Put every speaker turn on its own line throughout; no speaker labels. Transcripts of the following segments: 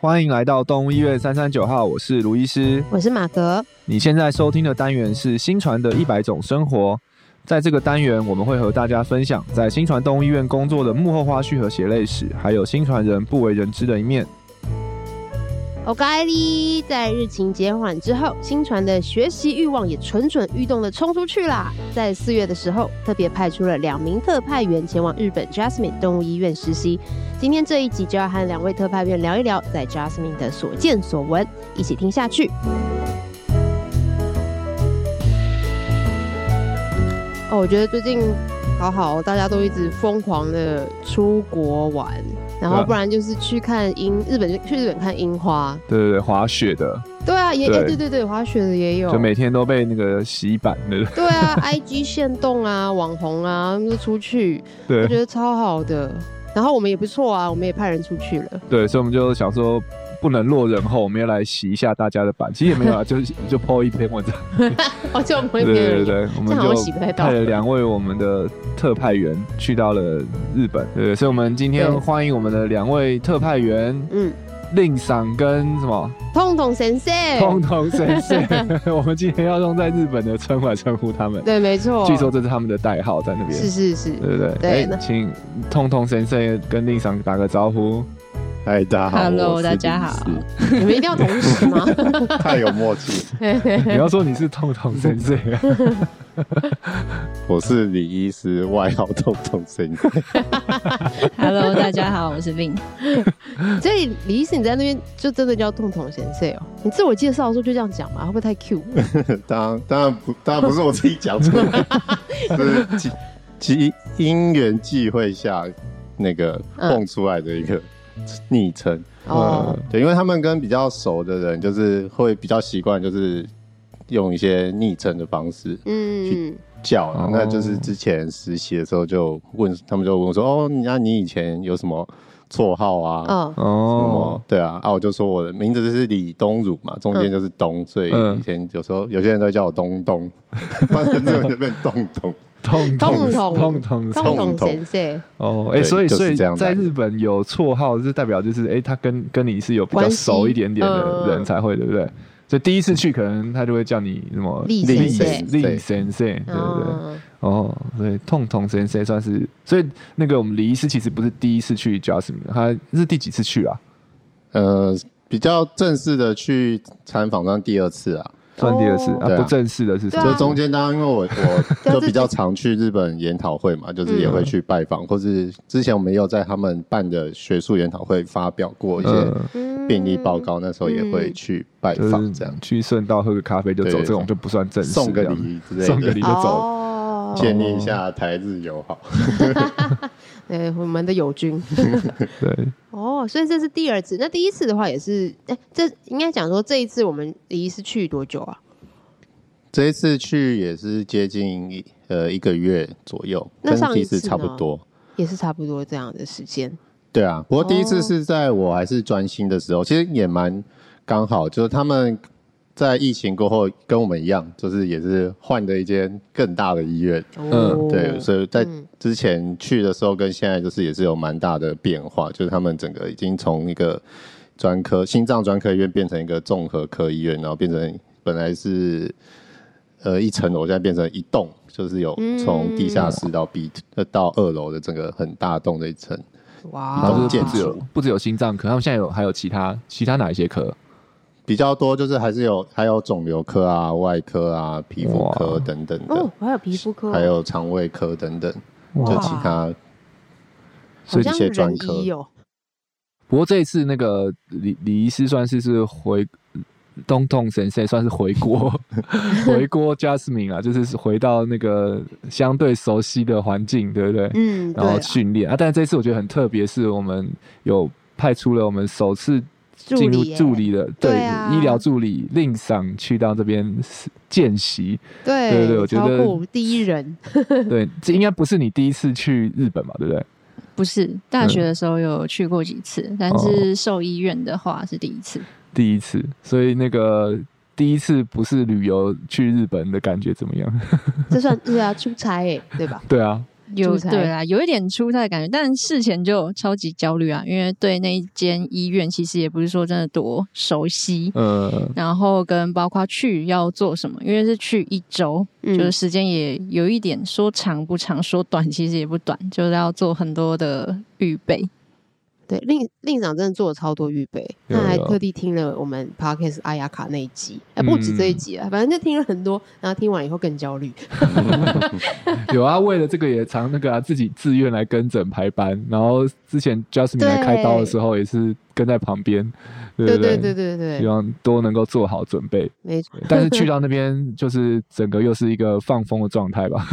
欢迎来到动物医
嗯
院三三九号，我是卢医师。
我是马格，
你现在收听的单元是新传的一百种生活，在这个单元我们会和大家分享在新传动物医院工作的幕后花絮和血泪史，还有新传人不为人知的一面。
欧盖利哦在日情减缓之后，新传的学习欲望也蠢蠢欲动的冲出去啦。在四月的时候，特别派出了两名特派员前往日本 Jasmine 动物医院实习。今天这一集就要和两位特派员聊一聊在 Jasmine 的所见所闻，一起听下去。哦，我觉得最近好好，哦大家都一直疯狂的出国玩，
对
然后
啊
不然就是去看樱，日本去日本看樱花。
对对对，滑雪的，
对啊，也
对
哎、对对对，滑雪的也有
就。每天都被那个洗版的，
对 啊，IG 限动啊，网红啊，他们都出去，我
对
觉得超好的。然后我们也不错啊，我们也派人出去了。
对，所以我们就想说。不能落人后，我们要来洗一下大家的版。其实也没 有啊，就是就 po 一篇文章。
哦，就我们
对
也没有
对
人，
对，我
这
们
样好像洗
就
不太到
派。了两位我们的特派员去到了日本。对，所以我们今天
对
欢迎我们的两位特派员
嗯，
令赏跟什么
痛痛先生
通，通神 仙， 我们今天要用在日本的称来称呼他们。
对，没错。
据说这是他们的代号在那边
是，是是，
对不对？
对
哎
那
请通通神仙跟令赏打个招 呼。
嗨，大家好
Hello，
我是
大家好
林
你们一定要同时 吗？
思 太有默契，
你要说你是通通神 仙，
我是李医师，外号痛痛声，
Hello，大 家好，我是 Vin。
所以李医师，你在那边就真的叫痛痛先生哦。你自我介绍的时候就这样讲嘛，会不会 太 Q？
当然当然不当然不是我自己讲出来 的，这是机机因缘际会下那个
嗯
蹦出来的一个昵称。
呃
哦，
对，因为他们跟比较熟的人，就是会比较习惯，就是用一些昵称的方式
嗯，
叫
哦
啊。那就是之前实习的时候就问他们就问我说：“哦，那你以前有什么绰号啊？”
哦，
哦
哦，，对啊，啊，我就说我的名字就是李东儒嘛，中间就是东，所以
嗯
以前有时候有些人都叫我东东，反正就就变东东。
通通
通通
通神
痛
通
痛
痛
先生，
哦，哎，
对
所以
就是
所以
这样
在
来的
日本有绰号，就是代表就是哎，他跟跟你是有比较
关系
熟一点点的
嗯
人才会，对不对？所以第一次去，可能他就会叫你什么
李先
李先
生
生，
令神仙，对不对？
哦
哦，所以痛痛神仙算是，所以那个我们李医师其实不是第一次去 Jasmine，他是第几次去啊？
呃，比较正式的去参访上第二次啊，
算第二次、
对
啊，
啊
不正式的是什
对啊
就
么？
中间当然因为我
啊
我就比较常去日本研讨会嘛，就是也
嗯
会去拜访，或是之前我们也有在他们办的学术研讨会发表过一些
嗯，
嗯
病例报告，那时候也会去拜
就是
访这样，
去顺道喝个咖啡就走，
对
这种就不算正式，
送个
这样
礼之类的，
送个礼就走。
哦
建立一下台日友好。
对，我们的友军。
对，
哦，所以这是第二次。那第一次的话也是，哎、这应该讲说这一次我们离是去多久啊？
这一次去也是接近一呃一个月左右，
那
跟
上一
第一次
次
差不
呢
多。
也是差不多这样的时间。
对啊，不过第一
哦
次是在我还是专心的时候，其实也蛮刚好，就是他们在疫情过后跟我们一样，就是也是换了一间更大的医院。
哦
嗯
对，所以在
嗯
之前去的时候跟现在就是也是有蛮大的变化，就是他们整个已经从一个专科心脏专科医院变成一个综合科医院，然后变成本来是呃一层楼，现在变成一栋，就是有从地下室到 B 呃到二楼的整个很大栋的一层。
哇哦
然
好
后就是
像建
不只有
筑
不只有心脏科，他们现在有还有其他其他哪一些科？
比较多就是还是有还有肿瘤科啊、外科啊、皮肤科
哇
等等的，
哦，还有皮肤科，
还有肠胃科等等，就
哇
其他
好像
一些
人
专科
医哦，
不过这一次那个李李医师算是是回东痛神社，算是回 国回国 Jasmine 啊，就是回到那个相对熟悉的环境，对不对？
嗯，对
然后
啊，
训练啊，但这次我觉得很特别，是我们有派出了我们首次进入
耶
助理的
对啊
医疗助理令赏去到这边见 习，
对
对对我觉得
超酷第一人，
对，这应该不是你第一次去日本嘛，对不对？
不是大学的时候有去过几次，但是兽医院的话是第一次。
第一次，所以那个第一次不是旅游去日本的感觉怎么样？
这算是啊出差哎、对吧？
对啊，
有
出差
对啊，有一点出差的感觉，但事前就超级焦虑啊，因为对那一间医院其实也不是说真的多熟悉，
呃，
然后跟包括去要做什么，因为是去一周，
嗯
就是时间也有一点说长不长，说短其实也不短，就是要做很多的预备。
对，令令长真的做了超多预备，
有
那还
有
特地听了我们 podcast 阿雅卡那一集，哎、不止
嗯
这一集啊，反正就听了很多，然后听完以后更焦虑。
有啊，为了这个也常那个啊，自己自愿来跟诊排班，然后之前 Jasmine 来开刀的时候也是跟在旁边，对
对
不
对
对
对对
希
对，
望都能够做好准备，
没错，
但是去到那边就是整个又是一个放风的状态 吧？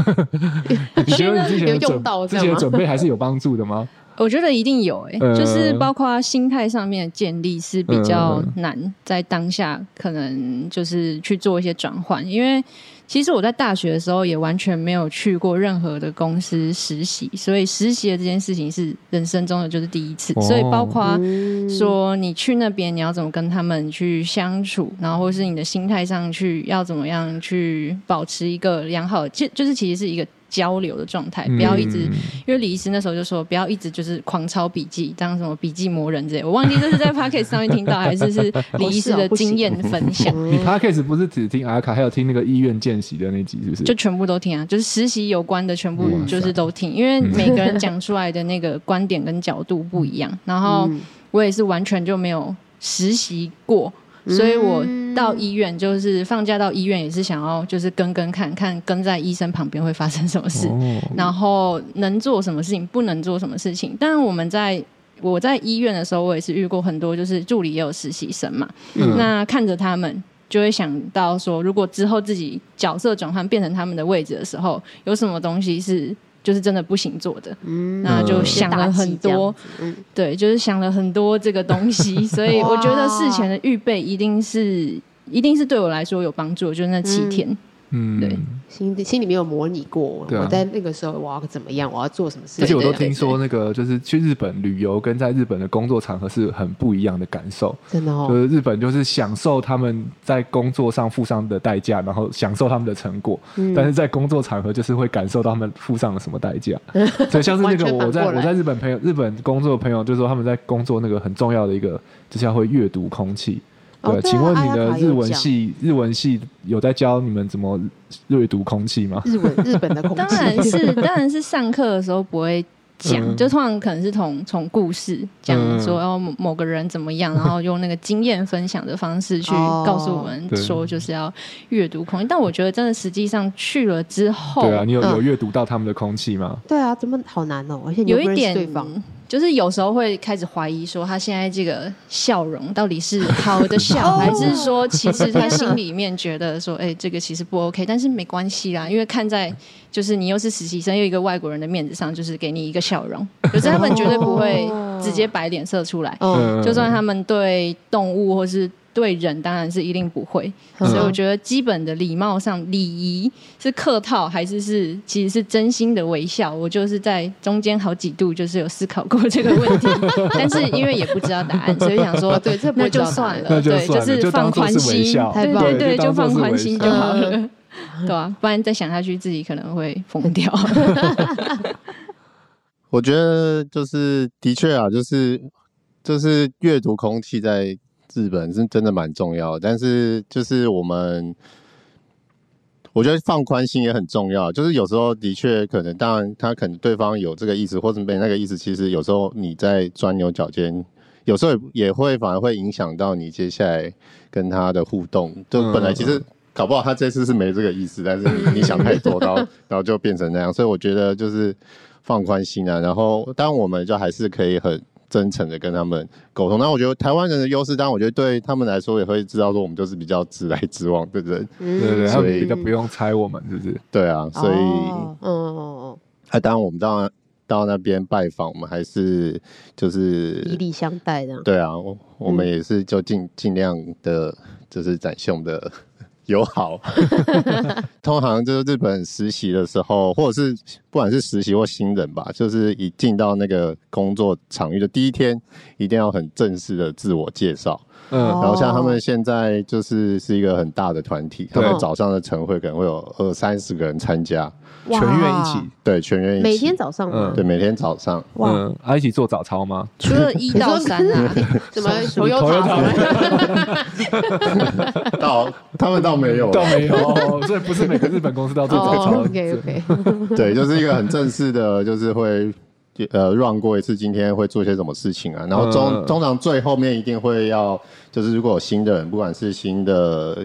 你觉得你之前的
有用
准
到
之
这样吗
前的准备还是有帮助的吗？
我觉得一定有诶、
呃
就是包括心态上面的建立是比较难，在当下可能就是去做一些转换，因为其实我在大学的时候也完全没有去过任何的公司实习，所以实习的这件事情是人生中的就是第一次，
哦
所以包括
嗯
说你去那边你要怎么跟他们去相处，然后或是你的心态上去要怎么样去保持一个良好的，就就是其实是一个交流的状态，不要一直。
嗯
因为李医师那时候就说，不要一直就是狂抄笔记，当什么笔记魔人之类。我忘记这是在 p o c k e t 上面听到，还是是李医师的经验分享，
嗯
你 podcast 不是只听阿卡，还有听那个医院见习的那集，是不是？
就全部都听啊，就是实习有关的全部
哇塞
就是都听，因为每个人讲出来的那个观点跟角度不一样。然后
嗯
我也是完全就没有实习过，所以我
嗯
到医院就是放假到医院也是想要就是跟跟看看跟在医生旁边会发生什么事。
哦
然后能做什么事情，不能做什么事情。但我们在我在医院的时候，我也是遇过很多，就是助理也有实习生嘛，
嗯
那看着他们。就会想到说，如果之后自己角色转换变成他们的位置的时候，有什么东西是就是真的不行做的，
嗯
那就想了很多，
嗯
对，就是想了很多这个东 西，所以我觉得事前的预备一定是一定是对我来说有帮助的，就是那七
嗯
天，
嗯
对
心里心里面有模拟过，
对啊
我在那个时候我要怎么样，我要做什么事情，啊
而且我都
对
听说，那个就是去日本旅游跟在日本的工作场合是很不一样的感受，
真的
就
哦，
是日本就是享受他们在工作上付上的代价，然后享受他们的成果，
嗯
但是在工作场合就是会感受到他们付上了什么代 价。所以像是那
完全
个
反过
我在
来
我在日本朋友日本工作的朋友就说他们在工作那个很重要的一个就是要会阅读空气。
哦对啊
请问你
阿拉
的
卡有
日文
讲
系日文系有在教你们怎么阅读空气吗？
日本日本的空
当
气，
然 是，当然是上课的时候不会讲，
嗯
就通常可能是从从故事讲
嗯
说哦某某个人怎么样，然后用那个经验分享的方式去
哦
告诉我们
对
说就是要阅读空间。但我觉得真的实际上去了之后，
对啊，你有有
嗯
阅读到他们的空气吗？
对啊，怎么好难哦，而且你又
有
不
一
认识
点
对方，
就是有时候会开始怀疑说他现在这个笑容到底是好的笑，还是说其实他心里面觉得说，哎、这个其实不 OK，但是没关系啦，因为看在就是你又是实习生又一个外国人的面子上，就是给你一个笑容，就是他们绝对不会直接摆脸色出来，
嗯
哦，
就算他们对动物或是。对人当然是一定不会，
嗯
所以我觉得基本的礼貌上，礼仪是客套还是是其实是真心的微笑？我就是在中间好几度就是有思考过这个 问题，但是因为也不知道答案，所以想说
哦对这不
那
会知
就
道
算了，
那就
对，
算了
是
就
放
当作
宽
是微
心，
笑
对
太棒
对
了
对，
就
就
当作
放
是
宽
微
心
笑
就好了，对啊，不然再想下去自己可能会疯掉。
我觉得就是的确啊，就是就是阅读空气在日本是真的蛮重要的，但是就是我们。我觉得放宽心也很重要，就是有时候的确可能，当然他可能对方有这个意思，或者没那个意思。其实有时候你在钻牛角尖，有时候也会反而会影响到你接下来跟他的互动。就本来其实搞不好他这次是没这个意思，但是你你想太多， 然后然后就变成那样。所以我觉得就是放宽心啊，然后当然我们就还是可以很真诚的跟他们沟通。那我觉得台湾人的优势，当然我觉得对他们来说也会知道说我们就是比较直来直往的人，
对
对对对，他
嗯所
们
以
比较不用猜我们，是不是？
对啊，所以、
哦嗯嗯，嗯
啊，当然我们到到那边拜访，我们还是就是
以礼相待这样。嗯
对啊，我我们也是就尽尽量的，就是展现我们的 友好。 通常就是日本实习的时候，或者是不管是实习或新人吧，就是一进到那个工作场域的第一天，一定要很正式的自我介绍。
嗯
哦
然后像他们现在就是是一个很大的团体，他
嗯
们
对
早上的晨会可能会有二三十个人参加，
哇
全员一起，
对，全员一起
每天早上吗
嗯？
对每天早 上。
哇，
嗯，啊一起做早操吗？
除了一到三 啊，
怎么
什么
悠
Toyota
到他们倒没有了，
倒没有， 哦所以不是每个日本公司都要做早操
哦。，OK OK，
对，就是一个很正式的，就是会呃 run 过一次，今天会做些什么事情啊？然后中、
嗯
通常最后面一定会要，就是如果有新的人，不管是新的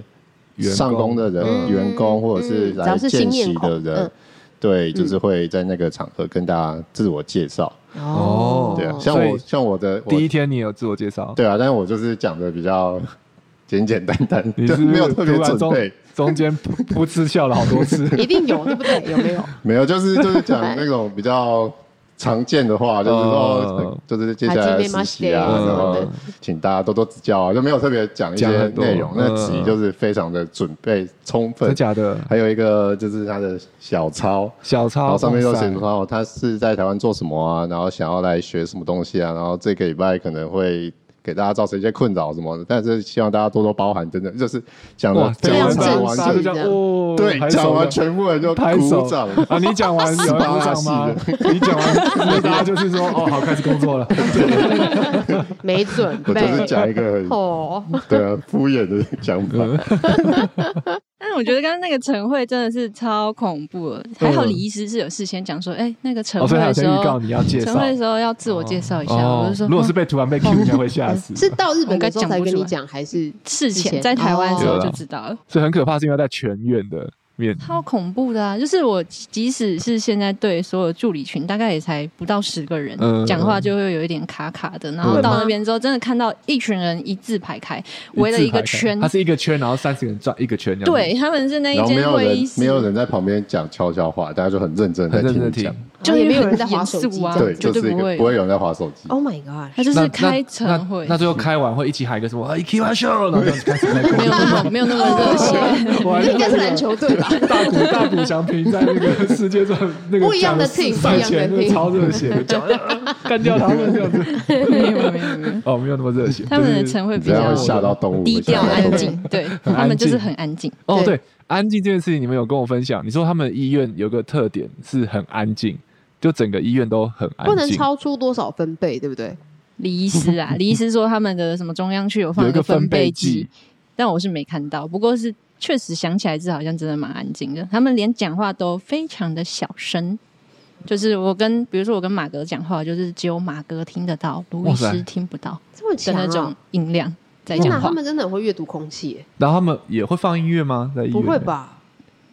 员工
上工的人、
嗯
员工，或者是
嗯只
来
要是新
见
面
习
孔
的人，
嗯
对，就是会在那个场合跟大家自我介绍。
哦
对啊，
哦
像
所
我
以
像我的我
第一天你有自我介绍，
对啊，但是我就是讲的比较简简单单，
你
就是没有特别
突然
准
中
备。
中间噗噗嗤笑了好多 次。
一定有对不对？有没有？
没有，就是就是讲那种比较常见的话，就是说
嗯，
就是接下来实习啊，
嗯
然后请大家多多指教啊，就没有特别讲一
讲
些
很多
内容。那集
嗯
就是非常的准备充分
真，假的
还有一个就是他的小抄。
小
然
抄，
后上面就
哇
写
塞
说哦，他是在台湾做什么啊，然后想要来学什么东西啊，然后这个礼拜可能会给大家造成一些困扰什么的，但是希望大家多多包涵，真的就是讲的
哇，
讲
非常
完
讲完
完
大家就
整
这样，哦，
对，
拍手
讲完
了
全部人就
拍手
鼓掌，
啊！你讲完有人鼓掌吗？你讲完， 那大家就是说哦，好，开始工 作了。
没准
我
备
就是讲一个很
哦，
对啊，敷衍的讲法。
嗯
但我觉得刚刚那个晨会真的是超恐怖的，还好李医师是有事先讲说，哎、那个晨
嗯哦，
会
所以他有
的
先
时候
预，告你要介
晨
绍
会的时候要自我介绍一下，我
哦
就说，嗯
如果是被突然被 Q，应该会吓 死。
是到日本的时候
我
才
刚讲不
跟你
出来
讲，还是之
事
前
前在台湾的时
哦
候
对
就
啊
知道了。
所以很可怕，是因为在全院的面，
超恐怖的啊！就是我即使是现在对所有助理群，大概也才不到十个人
嗯，
讲、话就会有一点卡卡的。然
会
后到
吗
那边之后，真的看到一群人一字排开，围了
字
一个
排开
圈
它。是一个圈，然后三十个人转一个圈，这样子，
对，他们是
然
那一
后没
间
有
会
人
议
没有
室，
人在旁边讲悄悄话，大家就很认真地
很
在
认
听
真
你
的
讲
听。。
就也哎没有人在划手机
严肃啊
这样
对，
子
就
绝对
是一
不
个
会哦
不会有人在划手机。
？Oh my god！
他就是开晨
那
会
那，那最后开完会一起喊一个什么啊 “Iki One Show”，然后就开始在工
没有
作。
那么没有那么 热血。
我还
这应该是
在那个
篮球队吧？
大鼓大鼓相拼，在那个世界上那个
不一样的
讲
team，
赛前
不一
那个
样的 team
超热血的，讲啊干掉他们这样子。
没有没有没有，
哦，没有那么热血，
他们的
就是
晨会
你
比
这样
较
会吓到动物，
低调
会吓到动
安
物
静，对他们就是很安静。
哦，
对
对，安静这件事情，你们有跟我分享。你说他们医院有个特点是很安静，就整个医院都很安静，
不能超出多少分贝，对不对？
李医师 啊，李医师说他们的什么中央区有放
有一
一
个
个
分
分
贝
贝
计
计，，但我是没看到。不过是确实想起来是好像真的蛮安静的，他们连讲话都非常的小声。就是我跟比如说我跟马哥讲话，就是只有马哥听得到，卢
哇
医
塞
师听不到
这么
的
强
那
啊
种音量在
天哪，
讲
他
话，
们真的很会阅读空气耶，
然后他们也会放音乐吗？在医院
不会？吧？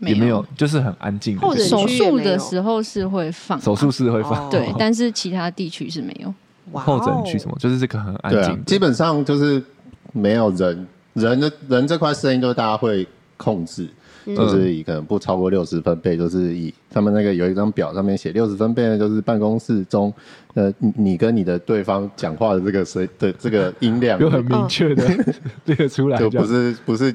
也没有，就是很安静的。
或者
对
手
区也
术
没有
的时候是会放啊
手术室会
哦
放，
对，但是其他地区是没有。
哇
后
哦，
诊区什么，就是这个很安
对啊
静，
基
的。
本上就是没有人，人的人这块声音就是大家会控制，
嗯
就是以可能不超过六十分贝，就是以他们那个有一张表上面写六十分贝呢，就是办公室中，呃，你你跟你的对方讲话的这个声的这个音量，
有很明确的
哦
列出来，
就
这样
不是不是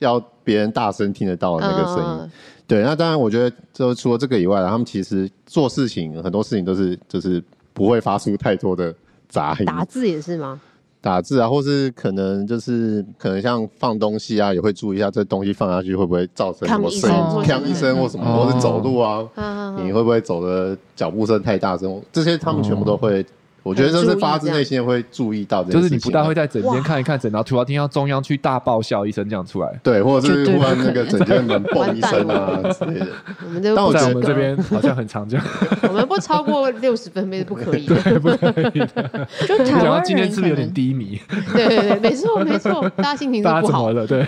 要别人大声听得到的那个声音。
嗯
对，那当然，我觉得就除了这个以外，他们其实做事情很多事情都是就是不会发出太多的杂音，
打字也是吗？
打字啊，或是可能就是可能像放东西啊，也会注意一下这东西放下去会不会造成什么声音，
抗
锵
议声或什么的
一声或什么，
嗯
或是走路啊，
嗯
你会不会走的脚步声太大声，这些他们全部都会，我觉得就是发自内心会注意到这
哦
件
就是
事情
你不
啊，
大会在整
哇
间看一看诊，然后突然听到中央区大爆笑一声这样出来。
对，或者是
绝对
忽
不
然那个整间门蹦一声
完
啊之类的，
我们都
但我
不
觉
在
得
我们这边好像很常这样，
我们不超过六十分贝是不可以的。
就台
然后
湾
今天
人
是不
可
是有点
能，
低迷？
对对对，没错没错，大家心情都
大家
不
怎
好
么。了？对，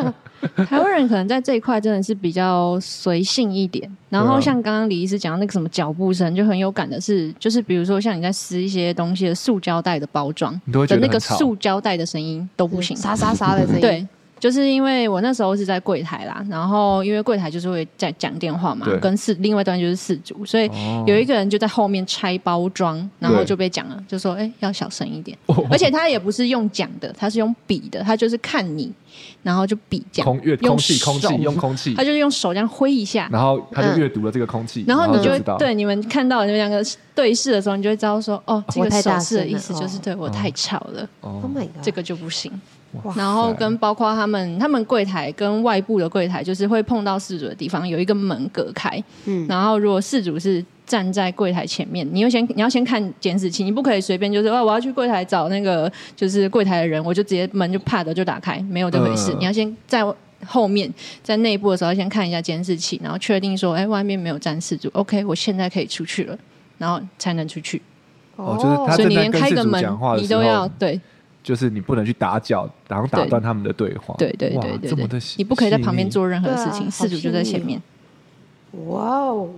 台湾人可能在这一块真的是比较随性一点。然
对
后
啊
像刚刚李医师讲到那个什么脚步声，就很有感的是，就是比如说像你在撕一些东西的塑胶袋的包装
你都会觉
的
得
那个
很吵。
塑胶袋的声音都不行，
沙沙沙的声音，
对，就是因为我那时候是在柜台啦，然后因为柜台就是会在讲电话嘛
对，
跟四另外一端就是四组，所以
哦
有一个人就在后面拆包装，然后
对
就被讲了，就说：“哎、要小声一点。
哦
而且他也不是用讲的，他是用比的，他就是看你，然后就比这样，
空越
用
空气空
手
气用空气
他，就是用手这样挥一下，
然后他就阅读了这个空气，
然后你就
就
会
知道
对你们看到你们两个对视的时候，你就会知道说，哦，这
我
个
太
手
大
势的
声了
意思
啊
就是
哦
对我太吵了，
哦
Oh my god！
这个就不行。
哇
然后
塞
跟包括他们，他们柜台跟外部的柜台，就是会碰到事主的地方有一个门隔开。
嗯，
然后如果事主是站在柜台前面，你要先你要先看监视器，你不可以随便就是哦，我要去柜台找那个就是柜台的人，我就直接门就啪的就打开，没有这回事。
嗯
你要先在后面在内部的时候先看一下监视器，然后确定说，哎，外面没有站事主，OK，我现在可以出去了，然后才能出去。
哦就是他
所以你
正在
连
跟
开
事
个
主
门
讲话的
你
时
都
候
要对
就是你不能去打搅，然后打
对
断他们的对话，
对对
哦哇
对对
这么
对
的，
你不可以在旁边
细腻
做任何
对啊
事情，
好
事主就在
细
前
腻
面。
哇哦，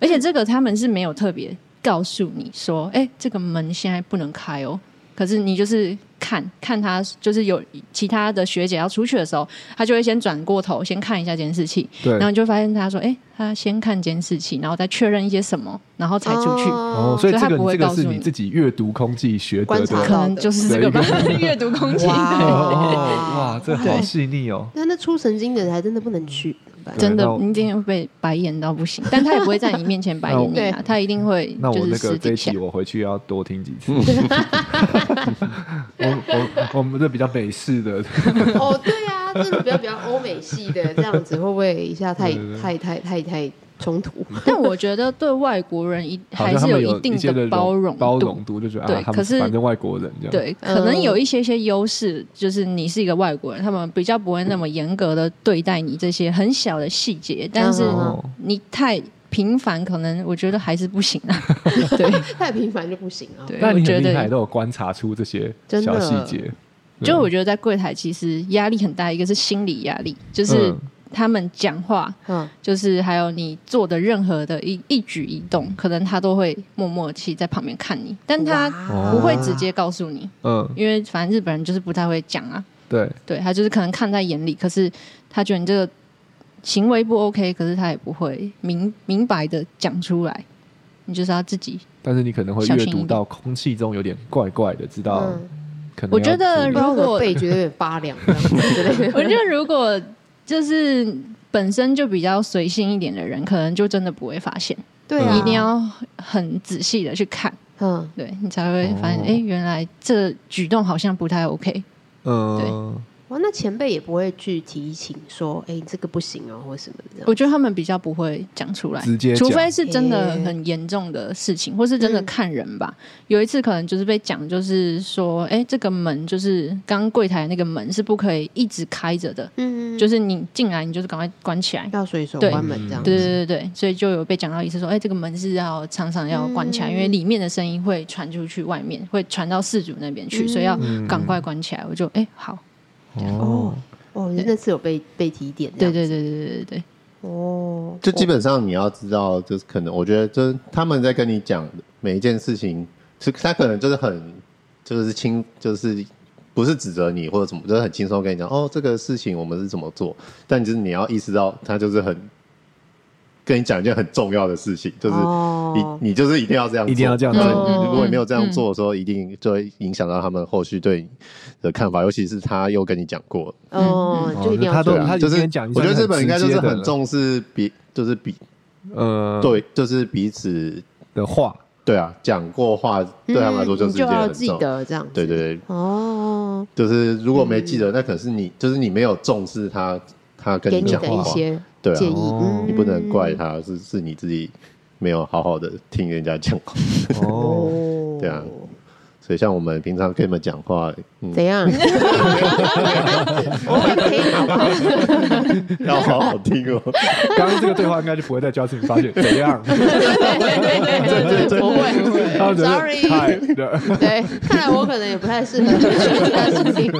而且这个他们是没有特别告诉你说，哎、这个门现在不能开哦。可是你就是看看他，就是有其他的学姐要出去的时候，他就会先转过头，先看一下监视器，
对，
然后你就发现他说，哎、他先看监视器，然后再确认一些什么，然后才出去。
哦，所以
所以
这
他
个
不会
这个
告诉
是你
你
自己阅读空气学得
观察
的
以
可能就是 这个吧， 阅读空气。
哦，哇，这好
对
细腻哦。
那那出神经的还真的不能去，怎么办
对
真的
那，我
你一定会被白眼到不行，但他也不会在你面前白眼你
那
啊，他一定会
那
就
我
是
那
私
个这
底
一
下
集。我回去要多听几
嗯
次。 我我我们这比较美式的，
哦，对啊，真的不要比较欧美系的这样子，会不会一下太
对对对
太太太太冲突？
但我觉得对外国人一
好
还
像他
是
们
一定
些的
包容
包
度
容度，就觉得
对
啊，他
可
们
是
反正外国人这样。，
对，
嗯
可能有一些些优势，就是你是一个外国人，他们比较不会那么严格的对待你这些很小的细节，但是
哦，
你太频繁，可能我觉得还是不行 啊。对
太频繁就不行啊。
对，
但
我
你
觉
很厉害，
得
都有观察出这些
真
小
的
细节。
就我
对
觉得在柜台其实压力很大，一个是心理压力，就是
嗯
他们讲话，
嗯，
就是还有你做的任何的一一举一动，可能他都会默默地在旁边看你，但他
哇
不会直接告诉你。
哦嗯，
因为反正日本人就是不太会讲啊，
对，
对他就是可能看在眼里，可是他觉得你这个行为不 OK，可是他也不会明明白的讲出来，你就是要自己。
但是你可能会
小
阅
心一
读
点
到空气中有点怪怪的，知道
嗯
可能
我
要
觉得
注意
不然我
如果
的背觉得有点发凉这样子之类的。
我觉得如果就是本身就比较随性一点的人，可能就真的不会发现，
对啊，
一定要很仔细的去看，
嗯，
对你才会发现，
哦
哎、原来这举动好像不太 OK。
嗯，
哇，那前辈也不会去提醒说，哎，这个不行哦，或什么这样。
我觉得他们比较不会讲出来，
直接
除
讲
非是真的
嗯
很严重的事情，或是真的看人吧。有一次可能就是被讲，就是说，哎、这个门就是刚刚柜台那个门是不可以一直开着的，
嗯，
就是你进来你就是赶快关起来。
要随手
对
关门这样。
对对对对，所以就有被讲到一次说，哎、这个门是要常常要关起来，
嗯
因为里面的声音会传出去外面，会传到事主那边去，所以要
嗯
赶快关起来。我就哎、好，
哦，
哦，那次有被被提点这
对
样。
对对对对对对，
哦，
就基本上你要知道，就是可能我觉得，就是他们在跟你讲每一件事情，是他可能就是很就是轻，就是不是指责你或者什么，就是很轻松跟你讲哦，这个事情我们是怎么做，但就是你要意识到，他就是很跟你讲一件很重要的事情，就是你、
哦
你就是一定要这样做，
一定要这样
对
做
你如果你没有这
嗯
样
嗯
做的时候，一定就会影响到他们后续对你的看法，尤其是他又跟你讲过了
哦，就一定要
他都
对啊，
已
就是
经讲一下
我觉得日本应该就是
很直接的
很
了
重视彼，就是彼
呃，
对，就是彼此
的话，
对啊，讲过话对他们来说就
嗯
是一
你
件
要
很
记
重。
得这样子。
对对对，
哦，
就是如果没记得，那可是你就是你没有重视他，他跟
嗯给你
讲
的一
话，
些
对啊，
建议，
哦
嗯
你不能怪他，是是你自己没有好好的听人家讲话。
哦，
哦
对啊所以像我们平常跟你们讲话，嗯，
怎样？我会听好不好？
要好好听哦。
刚刚这个对话应该就不会在交情发 现怎样，
对对对，不会不
他们
会
只是嗨
，sorry。
对
对，看来我可能也不太适合去做这件事情。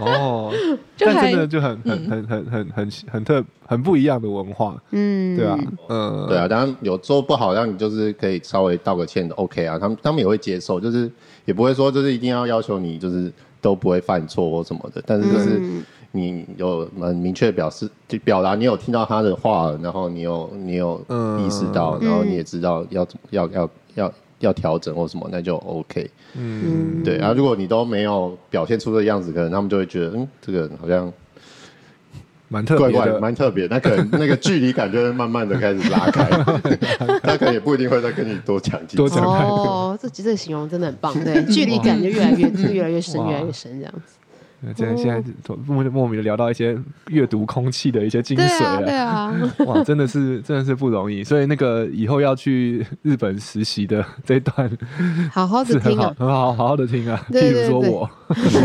哦，
就
但
还
真的就很很很很很很很特很不一样的文化，
嗯，
对啊，嗯，
对啊，当然有做不好，让你就是可以稍微道个歉，OK 啊，他们他们也会接受，就是也不会说就是一定要要求你就是都不会犯错或什么的，但是就是
嗯
你有很明确表示，就表达你有听到他的话，然后你有你有
嗯
意识到，然后你也知道要怎么要要要要调整或什么，那就 OK。
嗯，
对，然啊后如果你都没有表现出这个样子，可能他们就会觉得，嗯，这个人好像
蛮特
怪
别
怪
的
的，。蛮特别。那可能那个距离感就会慢慢的开 始拉开，他可能也不一定会再跟你多讲几次
多讲展开
哦，这这个形容真的很棒， 对，距离感就越来越越来越深，
哇
越来越深这样子。
那真的现
哦
在就莫莫名的聊到一些阅读空气的一些精
对
髓
啊，
了
对。啊，
哇，真的是真的是不容易，所以那个以后要去日本实习的这一段
好好
是
的
很
听
好
啊，
很好好好的听啊，
对
譬
对
如说
对
我，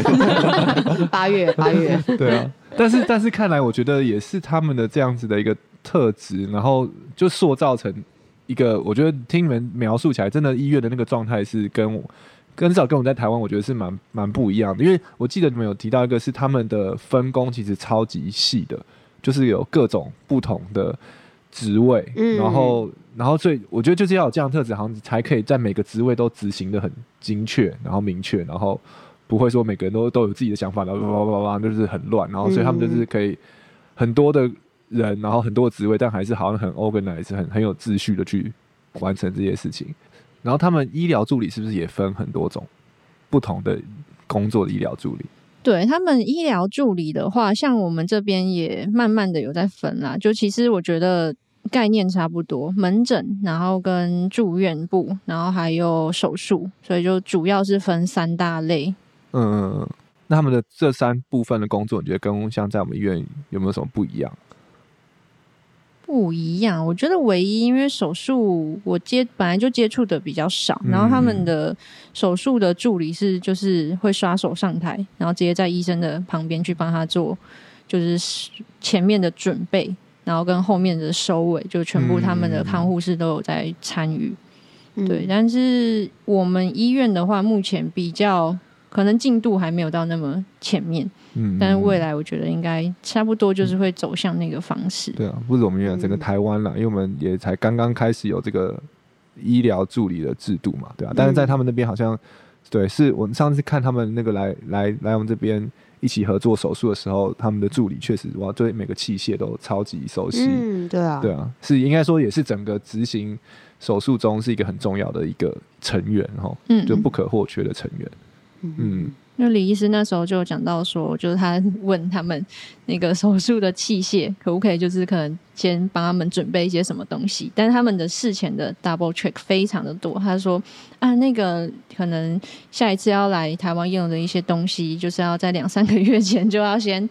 八月八月，
对啊，但是但是看来我觉得也是他们的这样子的一个特质，然后就塑造成一个，我觉得听你们描述起来，真的医院的那个状态是跟我。跟至少跟我们在台湾，我觉得是蛮蛮不一样的，因为我记得你们有提到一个是他们的分工其实超级细的，就是有各种不同的职位，
嗯
然后然后所以我觉得就是要有这样的特质，好像才可以在每个职位都执行的很精确，然后明确，然后不会说每个人都都有自己的想法，然后叭叭叭叭就是很乱，然后所以他们就是可以很多的人，然后很多的职位，但还是好像很 organized，很很有秩序的去完成这些事情。然后他们医疗助理是不是也分很多种不同的工作的医疗助理？
对他们医疗助理的话，像我们这边也慢慢的有在分啦。就其实我觉得概念差不多，门诊，然后跟住院部，然后还有手术，所以就主要是分三大类。
嗯，嗯嗯那他们的这三部分的工作，你觉得跟像在我们医院有没有什么不一样？
不一样，我觉得唯一因为手术我接本来就接触的比较少，
嗯
然后他们的手术的助理是就是会刷手上台，然后直接在医生的旁边去帮他做，就是前面的准备，然后跟后面的收尾，就全部他们
嗯
的看护士都有在参与。
嗯
对，但是我们医院的话，目前比较可能进度还没有到那么前面，
嗯，
但是未
来
来我觉得应该差不多就是会走向那个方式。
对啊，不止我们医院，整个
嗯
台湾啦，因为我们也才刚刚开始有这个医疗助理的制度嘛，对啊，但是在他们那边好像，对，是我们上次看他们那个来来来我们这边一起合作手术的时候，他们的助理确实哇，对每个器械都超级熟悉，
嗯，对啊，
对啊，是应该说也是整个执行手术中是一个很重要的一个成员哈，
嗯
就不可或缺的成员，嗯
那李医师那时候就有讲到说，就是他 问他们那个手术的器械可不可以，就是可能先帮他们准备一些什么东西，但他们的事前的 double check 非常的多。他说啊，那个可能下一次要来台湾用的一些东西，就是要在两三个月前就要先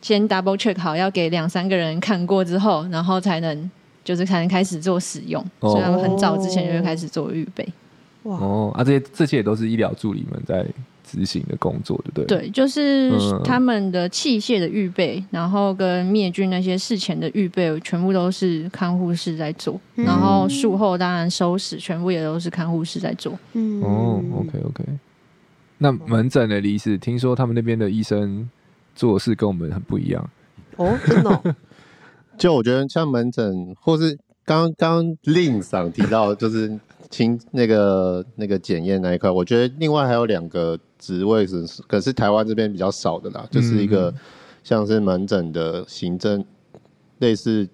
先 double check 好，要给两三个人看过之后，然后才能就是才能开始做使用。
哦
所以他们很早之前就会开始做预备。
哇，
哦啊，这些这些也都是医疗助理们在执行的工作，对不对？
对，就是
嗯
他们的器械的预备，然后跟灭菌那些事前的预备，全部都是看护士在做。
嗯
然后术后当然收拾，全部也都是看护士在做。
嗯
哦，OK OK。那门诊的医师，听说他们那边的医生做事跟我们很不一样。
哦，真的哦，
就我觉得像门诊，或是刚刚令赏提到，就是清那个那个检验那一块，我觉得另外还有两个职位是，可是台湾这边比较少的
嗯
啦，就是一个像是门诊的行政，类似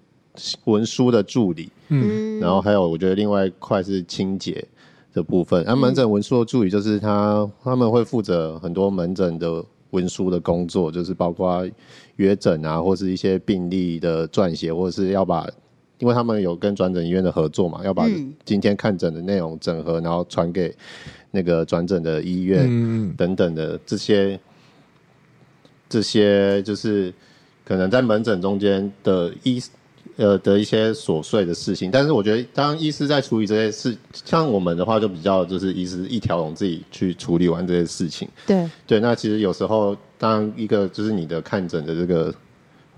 文书的助理，
嗯
嗯，
然后还有我觉得另外一块是清洁的部分。那、门诊
嗯
文书的助理就是他他们会负责很多门诊的文书的工作，就是包括约诊啊，或是一些病例的撰写，或者是要把。因为他们有跟转诊医院的合作嘛，要把
嗯
今天看诊的内容整合，然后传给那个转诊的医院，
嗯，
等等的这些，这些就是可能在门诊中间的医呃的一些琐碎的事情。但是我觉得，当医师在处理这些事，像我们的话就比较就是医师一条龙自己去处理完这些事情。
对，
对，那其实有时候当一个就是你的看诊的这个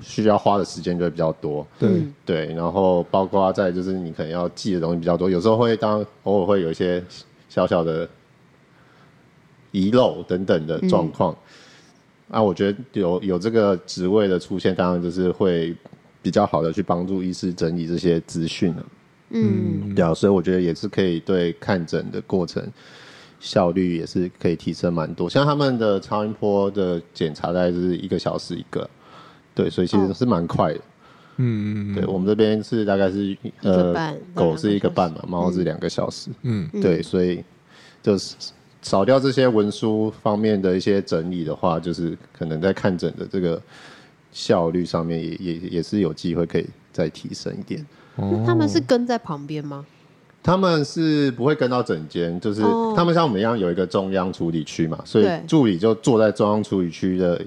需要花的时间就会比较多。
对
嗯，
对，然后包括再就是你可能要记的东西比较多，有时候会当偶尔会有一些小小的遗漏等等的状况。啊，我觉得有有这个职位的出现，当然就是会比较好的去帮助医师整理这些资讯了。
嗯
啊对啊，所以我觉得也是可以对看诊的过程效率也是可以提升蛮多。像他们的超音波的检查大概是一个小时一个，对，所以其实是蛮快的。
哦嗯嗯
对我们这边是大概是
个
呃
半
狗是一个半嘛，
两个小时
猫是两个小时，
嗯
嗯
对，所以就是少掉这些文书方面的一些整理的话，就是可能在看诊的这个效率上面也也也是有机会可以再提升一点。
嗯
那他们是跟在旁边吗？
他们是不会跟到整间，就是
哦
他们像我们一样有一个中央处理区嘛，所以
对
助理就坐在中央处理区的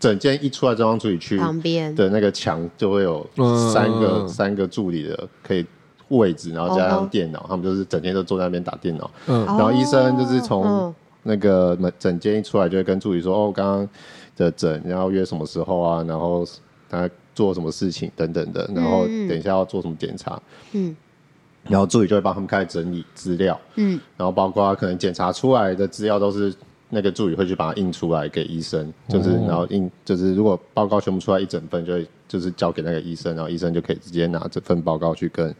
整间一出来中央处理区
旁边
的那个墙就会有
嗯
三个、
嗯嗯
三个助理的可以位置，然后加
哦
上电脑，他们就是整天都坐在那边打电脑，
嗯
然后医生就是从
哦
那个门诊间一出来就会跟助理说哦，刚刚的诊，然后约什么时候啊，然后他做什么事情等等的，然后
嗯嗯
等一下要做什么检查，
嗯
然后助理就会帮他们开始整理资料，
嗯
然后包括可能检查出来的资料都是那个助理会去把它印出来给医生，就是、
哦
然后印就是如果报告全部出来一整份，就会就是交给那个医生，然后医生就可以直接拿这份报告去跟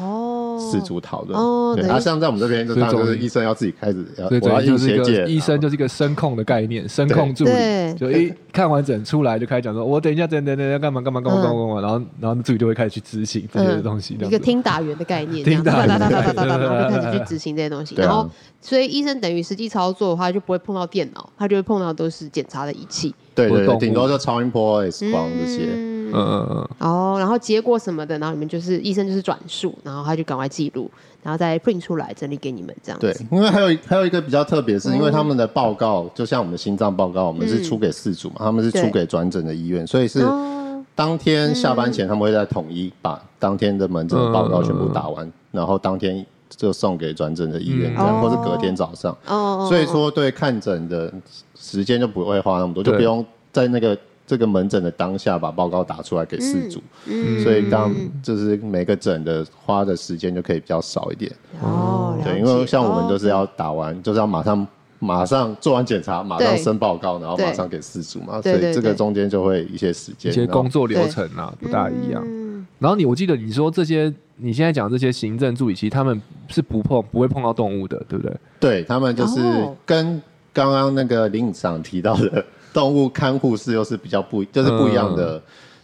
哦，
事主讨论。
哦
对，
等于
那、像在我们这边就
所以
当然就
总
是医生要自己开始要
所以
我
等
要
于就
印啊
是一
学
个
界，
医生就是一个声控的概念，声控助理
对，
就一看完整出来就开始讲说，我等一下，等等等，要干嘛干嘛干嘛干嘛干嘛，然后然后助理就会开始去执行这些东西，这
嗯
样
一个
子。
听打员的概念，
听打员
哒哒哒哒哒哒，然后就开始去执行这些东西。
对啊
然后，所以医生等于实际操作的话，就不会碰到电脑，他就会碰到都是检查的仪器，
对对
活动
对，顶多就超音波、X 光这些。
嗯
嗯，
嗯嗯，
哦，然后结果什么的，然后你们就是医生就是转述，然后他就赶快记录，然后再 print 出来整理给你们这样
嗯
对
子。，
因为还有一还有一个比较特别，是因为他们的报告，就像我们的心脏报告，我们是出给事主
嗯
嘛，他们是
对
出给转诊的医院，所以是
哦
当天下班前，他们会在统一把当天的门诊的报告全部打完，然后当天就送给转诊的医院，
嗯
这
哦
样或是隔天早上。
哦哦，哦
所以说，对看诊的时间就不会花那么多，就
对
不用在那个这个门诊的当下把报告打出来给事主。
嗯
所以当就是每个诊的花的时间就可以比较少一点。
哦，了
嗯对，
解
因为像我们
哦
就是要打完，就是要马上马上做完检查，马上
对
升报告，然后
对
马上给事主嘛，所
对对
以这个
对
中间就会一些时
一
间，
些
然后
工作流程啊不大一样。
嗯
然后你，我记得你说这些，你现在讲这些行政助理，其实他们是不碰不会碰到动物的，对不对？
对他们就是
哦
跟刚刚那个林长提到的动物看护师又是比较不，就是不一样的。
嗯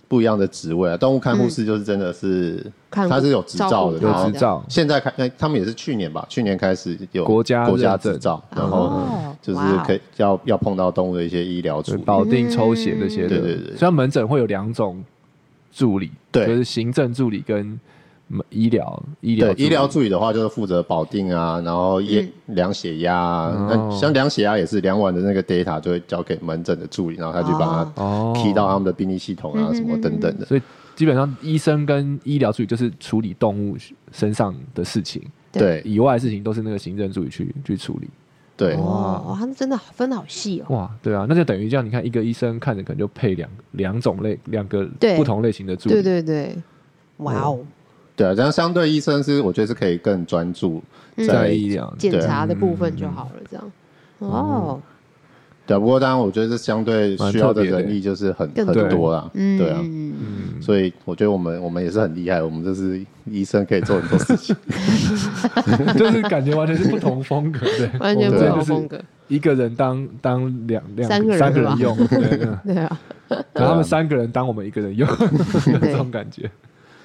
不一样的职位啊，动物看护师
嗯
就是真的是，
看护
他是有执照的，
有
照顾
然后
执照，
现在开，哎他们也是去年吧，去年开始有
国家
国家
认证
执照，然后
哦
就是
哇哦
可以要要碰到动物的一些医疗处
就
理，
保
嗯
定、抽血这些的。
对对对
虽然门诊会有两种助理，
对
就是行政助理跟嗯医疗医疗
对
助理
医疗助理的话，就是负责保定啊，然后也
嗯
量血压啊，那
哦
像量血压也是量完的那个 data 就会交给门诊的助理，然后他去把它
哦
key 到他们的病历系统啊什么等
嗯
等的。
所以基本上医生跟医疗助理就是处理动物身上的事情，
嗯
对
以外的事情都是那个行政助理去去处理。
对
哦，哇，他们真的分的好细哦。
哇，对啊，那就等于这样，你看一个医生看着可能就配两两种类两个
对
不同类型的助理，
对对对，哇哦，
对啊，这样相对医生是我觉得是可以更专注
嗯
在
在
医疗。
检查的部分就好了，这样。
嗯
哦，
对啊，不过当然我觉得这相对需要的人力就是很
蛮特
很
别的
多啦，
嗯，
对啊。
嗯
所以我觉得我们我们也是很厉害，我们就是医生可以做很多事情。
就是感觉完全是不同风格的，
完全不
我
同
们这就是
风格，
一个人当当两两
三个人
三个
吧
人用，对对
对啊，
然后他们三个人当我们一个人用，
对
这种感觉。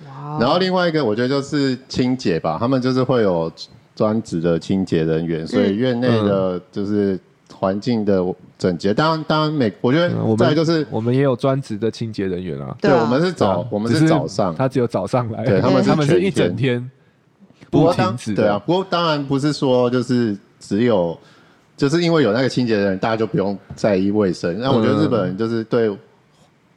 哇
然
哦，
后另外一个，我觉得就是清洁吧，他们就是会有专职的清洁人员，所
嗯
以院内
嗯
的就是环境的整洁。当然，当然每我觉得
嗯我
再
们
来就是
我们也有专职的清洁人员啊，
对
对，
啊
我们是早
对啊，
我们
只
是早上，
他只有早上来，
对
他们是
他们是
全
一整
天
天
不
不
过
停
当
止的，
对啊，不过当然不是说就是只有。就是因为有那个清洁的人，大家就不用在意卫生。那
嗯
我觉得日本人就是对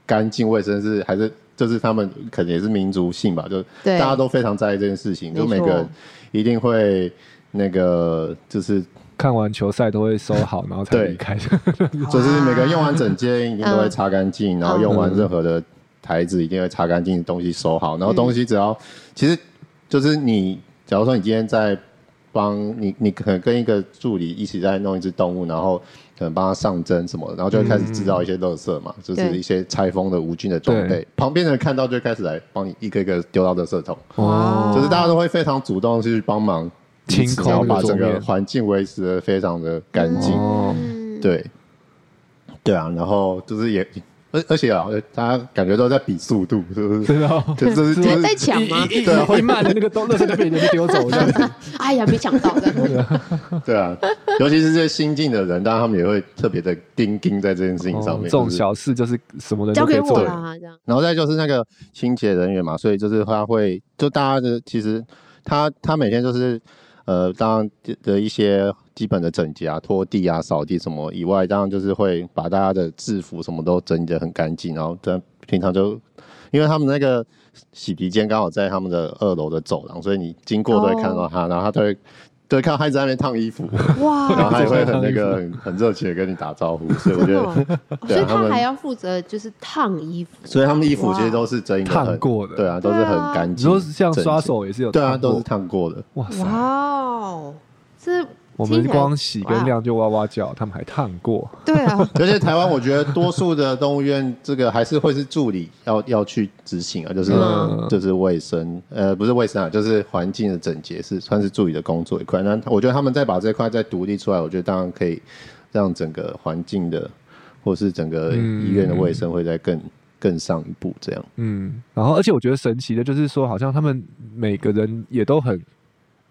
干净卫生是还是就是他们可能也是民族性吧，就
对
大家都非常在意这件事情，就
没
每
错
个人一定会那个就是
看完球赛都会收好，然后才
对
离开。
就是每个人用完整间一定
嗯
都会嗯擦干净，然后用完任何的台子一定会擦干净，东西收好，然后东西只要、其实就是你，假如说你今天在帮你，你可能跟一个助理一起在弄一只动物，然后可能帮它上针什么的，然后就会开始制造一些垃圾嘛，就是一些拆封的无菌的装备
对，
旁边的人看到就会开始来帮你一个一个丢到垃圾桶，
哦
哇
就是大家都会非常主动去帮忙。
清
然后
空
把
的桌
整个
面。
环境维持的非常的干净。
哦，
嗯，
对，对啊，然后就是也，而而且啊，大家感觉都在比速度，就是
真的哦。
就这
在
这
在抢吗？
一一
对啊
一慢的那个都垃圾都被人家丢走，这样子
哎呀，没抢到的，
对啊，尤其是这些新进的人，当然他们也会特别的盯盯在这件事情上
哦这
面。
种
就是
小事就是什么人
交
都可
给
以
我
做。
啦，这样。
然后再就是那个清洁人员嘛，所以就是他会就大家的其实他他每天就是呃，当然的一些基本的整洁啊、拖地啊、扫地什么以外，当然就是会把大家的制服什么都整理的很干净，然后在平常就。因为他们那个洗涤间刚好在他们的二楼的走廊，所以你经过都会看
哦
到他然后他都会都会看到他一直在那边烫 衣服，啊然后
哇，
他也会很那个很很热情的跟你打招呼，所以我
真
觉
的
得
哦，所
对
以
啊他
他
们
还要负责就是烫衣服，
所以他们衣服其实都是真的很
烫过的
对啊，都是很干
你
净。
说像刷
整
手也是有
洁，对啊，
烫过
都是烫过的。
哇塞，
哇哦，这
我们
听起来
光洗跟
哇
晾就哇哇叫，他们还烫过。
对 啊，
而且台湾，我觉得多数的动物园这个还是会是助理要要去执行啊，就是、
嗯
就是卫生，呃，不是卫生啊，就是环境的整洁是算是助理的工作一块。那我觉得他们再把这块再独立出来，我觉得当然可以让整个环境的或是整个医院的卫生会再更更上一步这样。
嗯，然后而且我觉得神奇的就是说，好像他们每个人也都很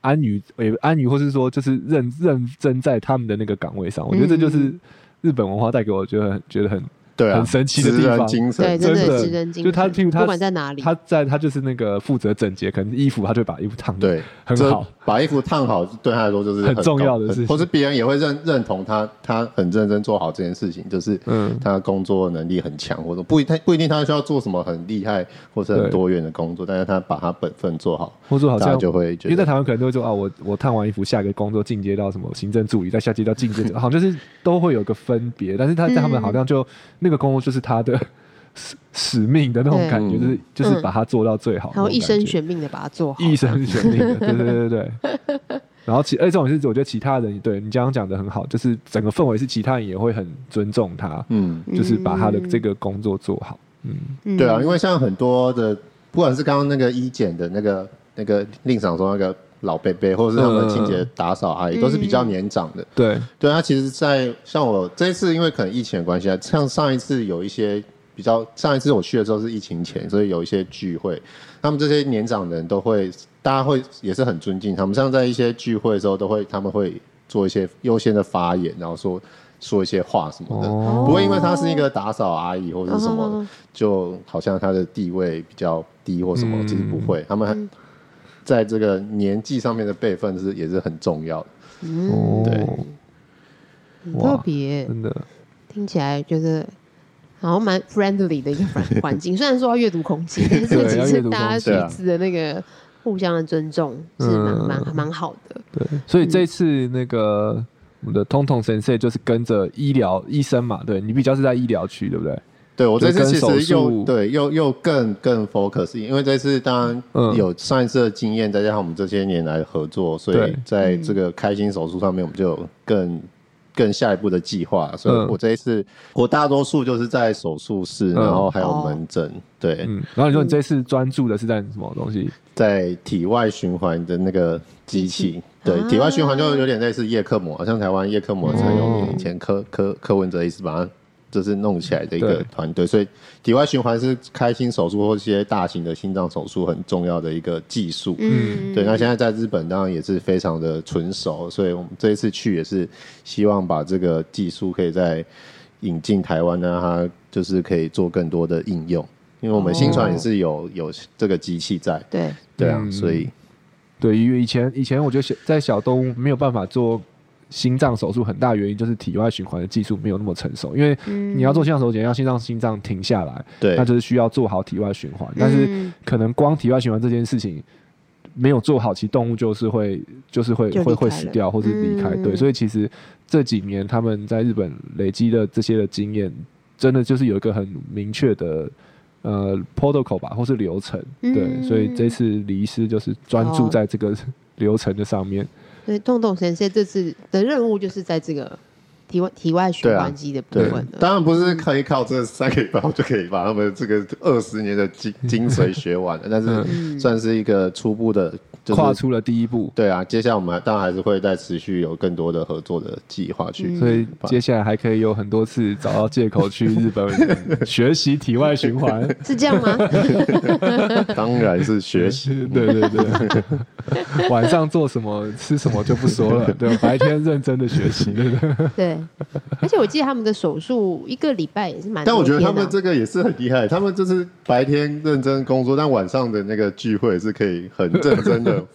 安于，也安于，或是说就是认认真在他们的那个岗位上。我觉得这
嗯
就是日本文化带给我觉得很觉得很
对啊，
很神奇的地
职人
方
对，
精神，
真
真
的
的
是人精
就
神，
他譬如他
不管在哪里，
他在他就是那个负责整洁，可能衣服他就会把衣服烫得
对，
很
这
好。
把衣服烫好对他来说就是
很重
高
要的
很
事情
或是别人也会认认同他，他很认真做好这件事情，就是
嗯
他工作能力很强，或者不一他不一定他需要做什么很厉害或是很
对
多元的工作，但是他把他本分做好，
或者说好
大家
像
就会觉
因为在
得
台湾可能都会说啊，我我烫完衣服，下一个工作进阶到什么行政助理，再下阶到进阶者，好像就是都会有个分别。但是他在他们好像就、那个工作就是他的 使使命的那种感觉，就是
对
就是
嗯
把它做到最好，
然后一生悬命的把它做好，
一生悬命的，对对对对对。然后其而且这种是我觉得其他人对你刚刚讲的很好，就是整个氛围是其他人也会很尊重他，
嗯，
就是把他的
嗯
这个工作做好。嗯，
嗯
对啊，因为像很多的，不管是刚刚那个医检的那个那个令赏说那个老贝贝，或者是他
嗯
们清洁打扫阿姨，都是比较年长的，
对，
对他其实在，像我这一次，因为可能疫情的关系啊，像上一次有一些比较，上一次我去的时候是疫情前，所以有一些聚会，他们这些年长的人都会，大家会也是很尊敬他们，像在一些聚会的时候，都会他们会做一些优先的发言，然后说说一些话什么的。
哦
不会因为她是一个打扫阿姨或者是什么的，
哦
就好像她的地位比较低或什么，
嗯
其实不会，他们还在这个年纪上面的辈分是也是很重要的。
嗯，
哦，
对
很
哇
特别，
真的。
听起来觉得好像蛮 friendly 的一个环环境。虽然说要阅读空气，但是
对
其
要
实
阅读
大
空
气
家彼此的那个互相的尊重是蛮蛮蛮好的。
对，所以这次那个、我们的通通神社就是跟着医疗医生嘛，对你比较是在医疗区，对不对？
对我
就
这次
跟
其
手
实又
术
对又又更更 focus，因为这次当
嗯
然有上一次的经验，再加上我们这些年来的合作，所以
对
在这个开心手术上面，我们就有更更下一步的计划。所
嗯
以我这一次我大多数就是在手术室，
嗯
然后还有
哦
门诊，对，
嗯，然后你说你这次专注的是在什么东西？
在体外循环的那个机器。对，
啊
体外循环就有点类似叶克膜，好像台湾叶克膜才有
哦
名，以前
嗯
柯柯柯文哲一直把它就是弄起来的一
对
个团队，所以体外循环是开心手术或一些大型的心脏手术很重要的一个技术。
嗯，
对，那现在在日本当然也是非常的纯熟，所以我们这一次去也是希望把这个技术可以在引进台湾，让它就是可以做更多的应用。因为我们新传也是有、有这个机器在，
对，
对啊，
嗯
所以
对，因为以前以前我觉得小在小动物没有办法做心脏手术，很大原因就是体外循环的技术没有那么成熟，因为
嗯
你要做心脏手术，要先让心脏停下来，
对，
那就是需要做好体外循环，但是
嗯
可能光体外循环这件事情没有做好，其实动物就是会就是会
就离
会
开
会
了
死掉或是离开。
嗯
对，所以其实这几年他们在日本累积的这些的经验，真的就是有一个很明确的。呃，protocol 吧，或是流程，对，
嗯
所以这次李医师就是专注
哦
在这个 流程的上面，
所以洞洞神社这次的任务就是在这个体外体外循环机的部
对
分，了。
当然不是可以靠这三个礼拜我就可以把他们这个二十年的 精精髓学完了，但是算是一个初步的，就
嗯
是
跨出了第一步。
对啊，接下来我们当然还是会再持续有更多的合作的计划
嗯
去。
嗯所以接下来还可以有很多次找到借口去日 本学习体外循环。
是这样吗？
当然是学习。
对对对， 晚上做什么吃什么就不说 了，对，白天认真的学习，对不对？
对，而且我记得他们的手术一个礼拜也是蛮
但
多
我觉
天啊、
得他们这个也是很厉害，他们就是白天认真工作，但晚上的那个聚会是可以很认 真的。
在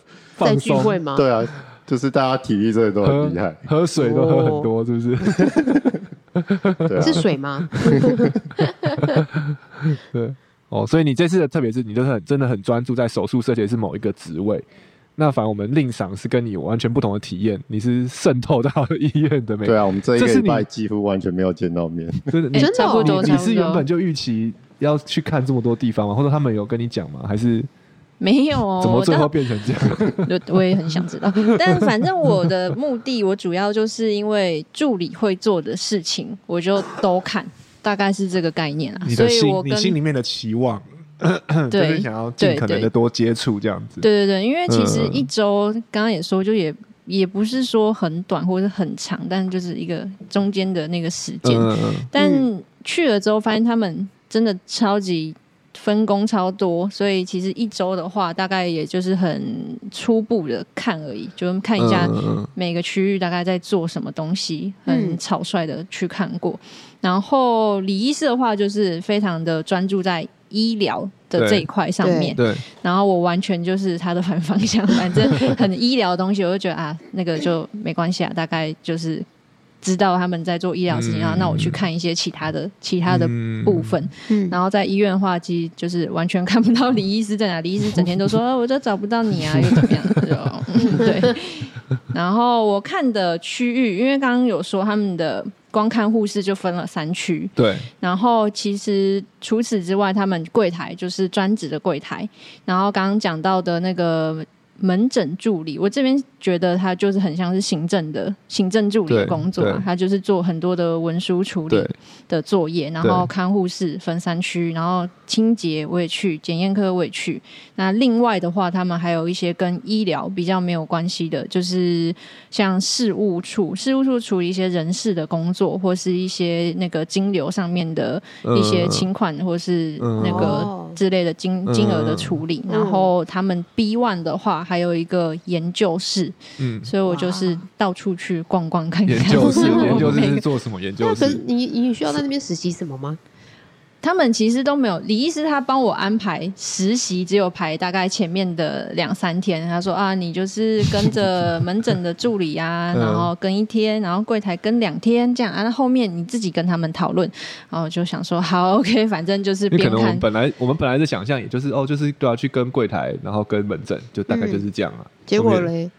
放
聚
松，
会吗？
对啊，就是大家体力真的都
喝
很厉害。
喝水都喝很多，是不是？
对啊，
是水吗？
对， 哦，所以你这次的特别是你就是很真的很专注在手术设计是某一个职位。那反而我们令赏是跟你完全不同的体验，你是渗透到医院的每
对啊，我们这一个
这是
礼
你
拜几乎完全没有见到面。
真的，你
哎
真的
差
哦
不多，
你你
差不多
是原本就预期要去看这么多地方吗？或者他们有跟你讲吗？还是
没有哦，
怎么
我
最
到
后变成这样？
我我也很想 知道，但反正我的目的，我主要就是因为助理会做的事情，我就都看，大概是这个概念啊。
你
所
的
以
心
我，跟
你心里面的期望，就
对
是想要尽可能的多接触这样子。
对对对，因为其实
嗯
一周刚刚也说，就也也不是说很短或者很长，但就是一个中间的那个时间。
嗯，嗯嗯
但
嗯
去了之后，发现他们真的超级分工超多，所以其实一周的话，大概也就是很初步的看而已，就看一下
嗯嗯嗯
每个区域大概在做什么东西，
嗯
很草率的去看过。然后李医师的话，就是非常的专注在医疗的这一块上面。
对，
然后我完全就是他的反方向， 反正很医疗的东西，我就觉得啊，那个就没关系啊，大概就是知道他们在做医疗的事情，
嗯
然后那我去看一些其他的其他的
嗯
部分。
嗯，
然后在医院的话，其实就是完全看不到李医师在哪。李 医师整天都说，啊我就找不到你啊，又怎么样？就 嗯对。然后我看的区域，因为刚刚有说他们的光看护士就分了三区，
对，
然后其实除此之外，他们柜台就是专职的柜台，然后刚刚讲到的那个。门诊助理，我这边觉得他就是很像是行政的行政助理的
对
工作啊
对，
他就是做很多的文书处理
对，
的作业，然后看护室分三区，然后清洁我也去，检验科我也去。那另外的话，他们还有一些跟医疗比较没有关系的，就是像事务处，事务处处理一些人事的工作，或是一些那个金流上面的一些
嗯
请款，或是
嗯
那
哦
个之类的金金额的处理。然后他们 B one 的话，还有一个研究室，
嗯，
所以我就是
哇
到处去逛逛看看。
研究室哦
我
研究室
每
是
个
做什么？研究
那可是
室
你你需要在那边实习什么吗？
他们其实都没有，李医师他帮我安排实习，只有排大概前面的两三天。他说啊，你就是跟着门诊的助 理啊，
嗯
然后跟一天，然后柜台跟两天这样啊。那后面你自己跟他们讨论。然后我就想说，好，OK，反 正就是
因为可
边
能我们
看。
本来我们本来的想象，也就是哦，就是对啊，去跟柜台，然后跟门诊，就大概
嗯
就是这样啊。
结果
我们也
嘞，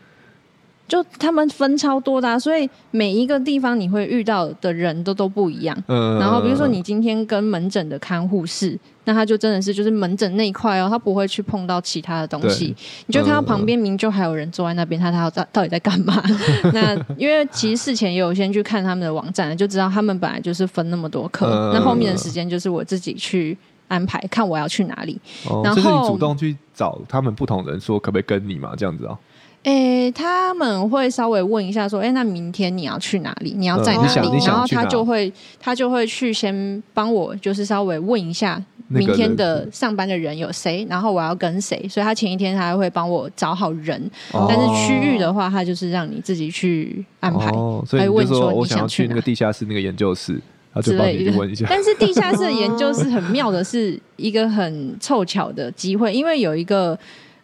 就他们分超多的、啊，所以每一个地方你会遇到的人都都不一样。
嗯，
然后比如说你今天跟门诊的看护士，那他就真的是就是门诊那一块哦，他不会去碰到其他的东西
对。
你就看到
嗯
旁边明就还有人坐在那边，他他到到底在干 嘛？那因为其实事前也有先去看他们的网站，就知道他们本来就是分那么多课，
嗯
那后面的时间就是我自己去安排，看我要去哪里。
哦，
然
就是你
后
主动去找他们不同人说可不可以跟你嘛，这样子哦。
诶，他们会稍微问一下说，诶，那明天你要去哪里？你要在
嗯
哪
你
里？
想你
然
想
后
去哪
他就会他就会去先帮我，就是稍微问一下
那个
明
人
天的上班的人有谁，然后我要跟谁，所以他前一天他会帮我找好人，
哦
但是区域的话，他就是让你自己去安排。
哦，所以
还
你
问
就
说
说我
你
想要
想
去
去
那
哪
个地下室那个研究室，他
之
就帮
类
你
的
去问一下。
但是地下室的研究是很妙的是，一个很凑巧的机会，因为有一个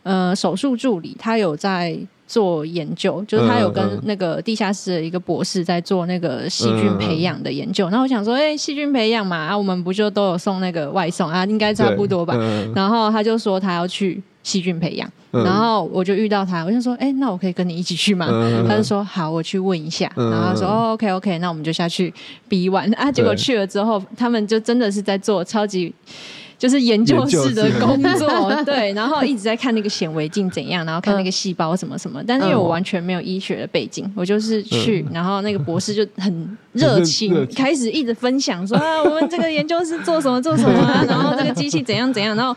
呃手术助理，他有在做研究，就是他有跟
嗯嗯嗯
那个地下室的一个博士在做那个细菌培养的研究。然后我想说，哎、细菌培养嘛，啊，我们不就都有送那个外送啊，应该差不多吧？
对嗯
然后他就说他要去细菌培养，
嗯
然后我就遇到他，我就说，哎、那我可以跟你一起去吗？
嗯
他就说好，我去问一下。
嗯
然后他说、哦、OK OK，那我们就下去 B 玩啊。结果去了之后，他们就真的是在做超级。就是研究
研究
室的
室
工作， 对，然后一直在看那个显微镜怎样，然后看那个细胞什么什么，但是因为我完全没有医学的背景，我就是
嗯
去，然后那个博士就很热
很热
情，
情
开始一直分享说啊，我们这个研究室做什么做什么 啊，然后这个机器怎样怎样，然后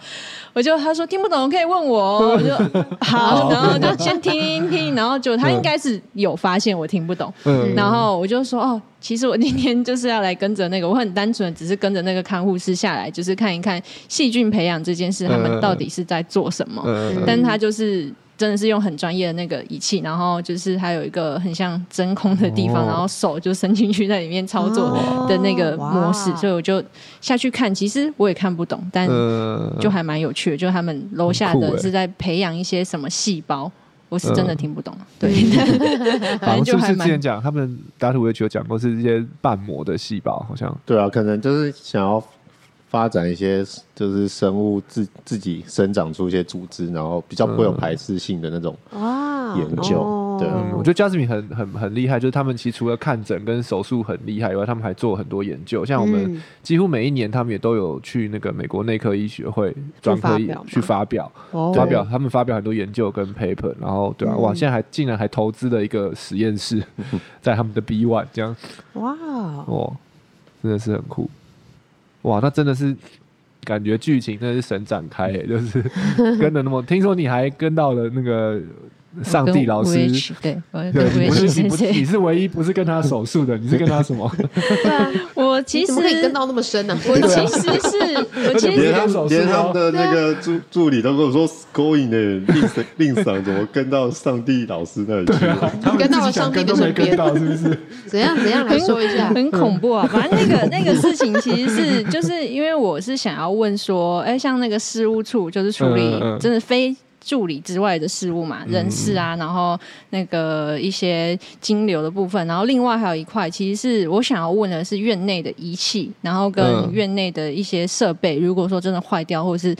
我就他说听不懂可以问我哦，我就好，嗯然后就先听听听，然后就他应该是有发现我听不懂，
嗯
然后我就说哦，其实我今天就是要来跟着那个，我很单纯，只是跟着那个看护师下来，就是看一看细菌培养这件事，他们到底是在做什么。
嗯
但他就是真的是用很专业的那个仪器，然后就是还有一个很像真空的地方，
哦
然后手就伸进去在里面操作的那个
哦
模式，
哦哇
所以我就下去看。其实我也看不懂，但
嗯
就还蛮有趣的，就他们楼下
很酷
的
欸
是在培养一些什么细胞。我是真的
嗯
听不懂，啊对，
呃好像是
反正就
不
还
是之
蛮
前讲他们达土维奇有讲过是一些瓣膜的细胞，好像
对啊，可能就是想要发展一些就是生物自自己生长出一些组织，然后比较不会有排斥性的那种。
哇，
研究
哦
对
嗯，我觉得 Jasmine 很很很厉害，就是他们其实除了看诊跟手术很厉害以外，他们还做很多研究。像我们
嗯
几乎每一年，他们也都有去那个美国内科医学会专
发
科医
表
去
嘛
发表，
哦
发表他们发表很多研究跟 paper，然后对啊，
嗯
哇，现在还竟然还投资了一个实验室 在他们的 B one，这样
哇，
哦，真的是很酷，哇，那真的是。感觉剧情真的是神展开耶，就是跟 了那么，听说你还跟到了那个上帝老
我跟
师
VH 对，我 跟
对，你不
VH
是你
先
不你
生，
是唯一不是跟他手术的，你是跟他什么？
对啊，
我其
你
实
怎么可以跟到那么深 呢？我
我
啊
其 实是我其
别
实
人他们
连他们的那个
啊
助助理都跟我说，going 的令 赏令赏怎么跟到上帝老师那里去？
他们
跟到
自
了
己想
上帝
跟
的
都没
身
跟
边，
到，是不是？
怎样怎样来说 一下？
很恐怖啊！
嗯
反正 那个那个事情其实是，就是因为我是想要问说，哎，像那个事务处，就是处理
嗯嗯嗯嗯
真的非助理之外的事务嘛，人事啊，然后那个一些金流的部分，然后另外还有一块，其实是我想要问的是院内的仪器，然后
嗯
跟院内的一些设备，如果说真的坏掉或者是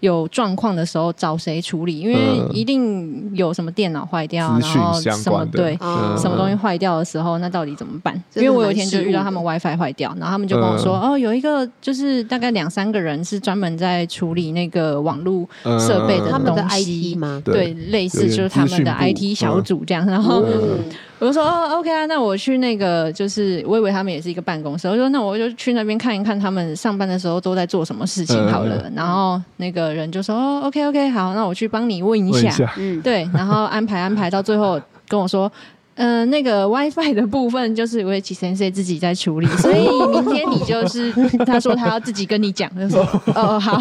有状况的时候，找谁处理？因为
嗯
一定有什么电脑坏掉啊，
资
然后
讯相
什么
关的
对，
嗯
什么东西坏掉的时候，那到底怎么办？
真
因
的
为我有一天就遇到
蛮
他们 WiFi 坏掉，然后他们就跟我说，
嗯
哦，有一个就是大概两三个人是专门在处理那个网络设备的
他们的
东西
IT 吗？
对，类似就是他们的
嗯有点资讯
IT
部
小组这样，然后
嗯
我就说哦，OK 啊，那我去那个，就是我以为他们也是一个办公室，我说那我就去那边看一看他们上班的时候都在做什么事情
嗯
好了。然后那个人就说哦，OK OK，好，那我去帮你问一
问一
下。
下，
嗯，
对，然后安排安排到最后跟我说。呃，那个 WiFi 的部分就是维奇先生自己在处理，所以明天你就是他说他要自己跟你讲，就说 哦好，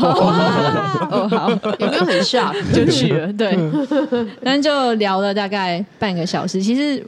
哦好，
有没有很 shock？
就去了，对，但就聊了大概半个小时。其实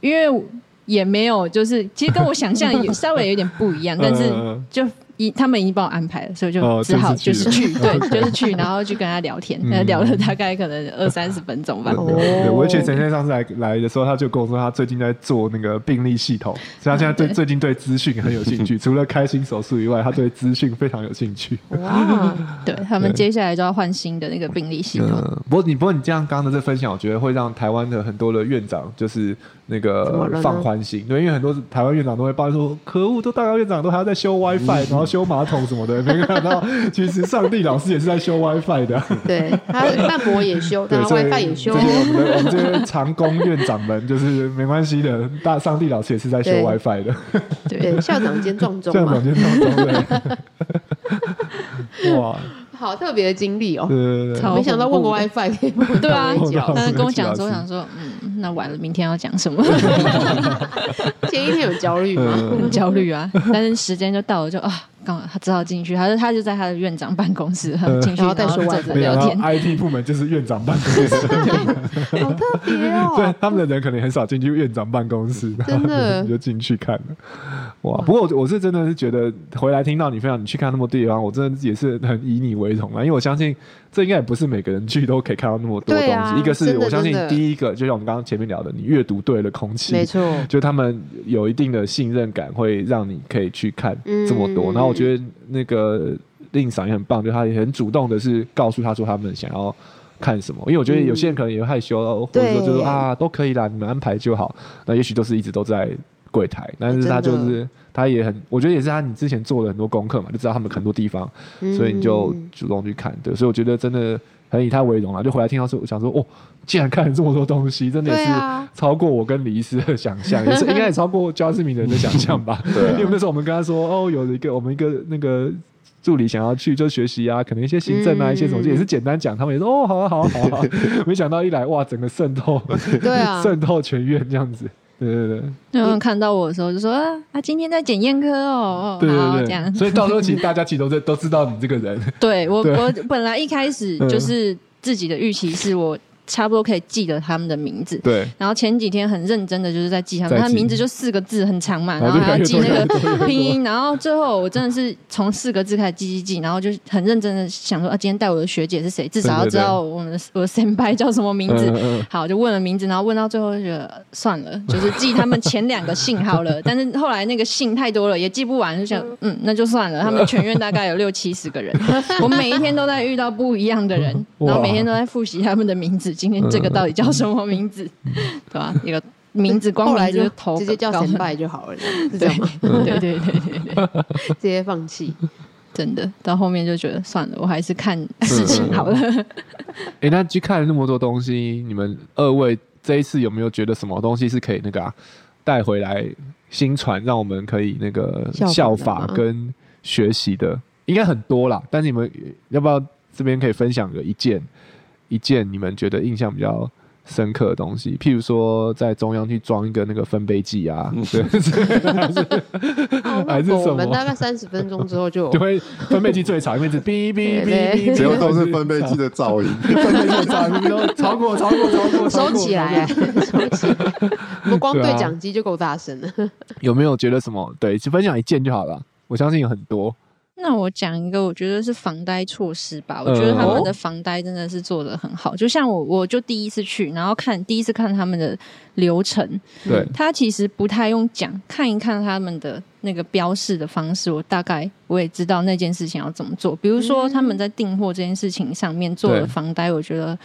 因为也没有，就是其实跟我想象也稍微有点不 一样，但是
嗯
就一他们已经帮我安排了，所以
哦
就只好
就
就是是去， 对，就是去，然后去跟他聊天，
嗯
呃聊了大概可能二三十分钟吧。
哦
对，我前陈先上次来来的时候，他就跟我说，他最近在做那个病历系统，所以他现在
嗯
对最近对资讯很有兴 趣，除了开心手术以外，他对资讯非常有兴趣。
哇，
对他们接下来就要换新的那个病哦历系统。
嗯，不过你不过你这样刚刚的这分享，我觉得会让台湾的很多的院长就是那
怎么了
个
呢
放宽心，对，因为很多台湾院长都会抱怨说，可恶，都大学院长都还要在修
嗯
WiFi，、然后修马桶什么的，没看到其实上帝老师也是在修 WiFi 的。
对他瓣膜也修，
对
但，他
所以
WiFi 也修
这，些我们的我们这些长工院长们就是没关系的，大上帝老师也是在修
对
WiFi 的，
对，
对，校长兼撞
这
钟
样
嘛
感，觉当中 的。哇，
好特别的经历哦
对。对对
超
对，
没想到问个 WiFi 可以问到
对啊
围剿
他跟我讲说，
老师
想说，嗯，那完了，明天要讲什么？
前一天有焦虑吗？
很焦虑啊，但是时间就到了，就啊，刚好他只好进去，他就他就在他的院长办公室
嗯
进去，
然后再说
坐
WiFi
着
没
聊
想
天
到。IT 部门就是院长办公 室，
好特别哦
对，，他们的人可能很少进去院长办公室，然
真
后
的
你就进去看了。哇，不过我我是真的是觉得回来听到你分享你去看那么多地方，我真的也是很以你为荣啊，因为我相信这应该也不是每个人去都可以看到那么多东
对
西。
啊
一个是
真的
我相信
真的
第一个，就像我们刚刚前面聊的，你阅读对了空气，
没错，
就他们有一定的信任感，会让你可以去看这么多。
嗯
然后我觉得那个令赏也很棒，就他也很主动的是告诉他说他们想要看什么，因为我觉得有些人可能也会害羞，或者说就
对
是啊都可以啦，你们安排就好。那也许都是一直都在柜台，但是他就
哎真的
是他也很，我觉得也是他你之前做了很多功课嘛，就知道他们很多地方，所以你就
嗯
主动去看，对，所以我觉得真的很以他为荣了，就回来听到说，我想说哦，竟然看了这么多东西，真的
对
是
啊
超过我跟李医师的想象， 也是应该也超过焦志明人的想象吧，
对啊
因为那时候我们跟他说哦，有一个我们一个那个。助理想要去就学习啊，可能一些行政啊，一些什么
嗯
也是简单讲，他们也说哦，好啊，好啊，好啊。好啊没想到一来哇，整个渗透，
对 啊
渗透全院这样子，对对对。
然
嗯
后看到我的时候就说啊，他今天在检验科哦，哦
对
好
对
这
对，
样。
所以到时候其实大家其实都在都知道你这个人，
对我
对嗯
我本来一开始就是自己的预期是我差不多可以记得他们的名字。
对，
然后前几天很认真的就是在记他们，
在
他
记
名字就四个字很长嘛，
然
然
后
后
就
还要记
越来越
那
多越来越
个拼音，然后最后我真的是从四个字开始记记记，然后就很认真的想说啊，今天带我的学姐是谁，至少要
对对
知
对
道我们的我的先輩叫什么名字
嗯。嗯
好，就问了名字，然后问到最后就觉得算了，就是记他们前两个姓 好了。但是后来那个姓太多了，也记不完，就想嗯，那就算了。他们全院大概有六七十个人， 我每一天都在遇到不一样的人，
哇
然后每天都在复习他们的名字。今天这个到底叫什么名字？对吧、一个名字光
后来
名字
就
头
直接叫
高
神拜就好了，这 样是这
对
样吗？
对对对对对，
直接放弃。
真的到后面就觉得算了，我还是看事情好了。
哎、诶那去看了那么多东西，你们二位这一次有没有觉得什么东西是可以那个啊带、回来新传，让我们可以那个
效仿的
效法
吗
跟学习的？应该很多啦，但是你们要不要这边可以分享个一件一件你们觉得印象比较深刻的东西？譬如说在中央去装一个那个分杯计啊，
嗯
对， 还是什
我
么
们大概三十分钟之后就
就会分贝计最长，因为是哔哔哔哔，
只要都是分贝机的噪音，
分贝计长，你们都超过超过超过，超
收
过
起来，。啊收起 来。我们光对讲机就够大声了。
有没有觉得什么？对，就分享一件就好了。我相信有很多，
那我讲一个，我觉得是防呆措施吧。
嗯
我觉得他们的防呆真的是做的很好。就像我，我就第一次去，然后看第一次看他们的流程，
对，
他其实不太用讲，看一看他们的那个标示的方式，我大概我也知道那件事情要怎么做。比如说他们在订货这件事情上面做
对
了防呆，我觉得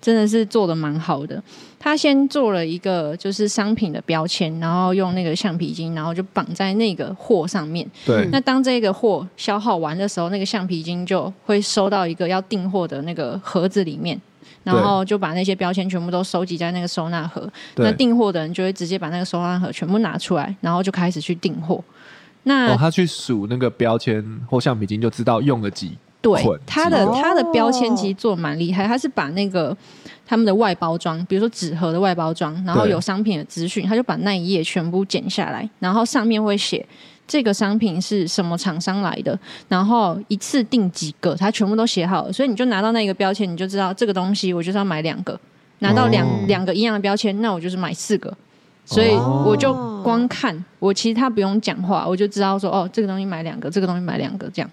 真的是做的蛮好的。他先做了一个就是商品的标签，然后用那个橡皮筋，然后就绑在那个货上面。
对
那当这个货消耗完的时候，那个橡皮筋就会收到一个要订货的那个盒子里面，然后就把那些标签全部都收集在那个收纳盒。那
对。
订货的人就会直接把那个收纳盒全部拿出来，然后就开始去订货。
哦，
那
他去数那个标签或橡皮筋，就知道用了几。
对
捆
它的
哦
它的标签其实做得蛮厉害，它是把那个他们的外包装，比如说纸盒的外包装，然后
对
有商品的资讯，他就把那一页全部剪下来，然后上面会写。这个商品是什么厂商来的？然后一次订几个？它全部都写好了，所以你就拿到那个标签，你就知道这个东西我就是要买两个。拿到两、
哦
两个一样的标签，那我就是买四个。所以
哦
我就光看，我其实他不用讲话，我就知道说哦，这个东西买两个，这个东西买两个这样。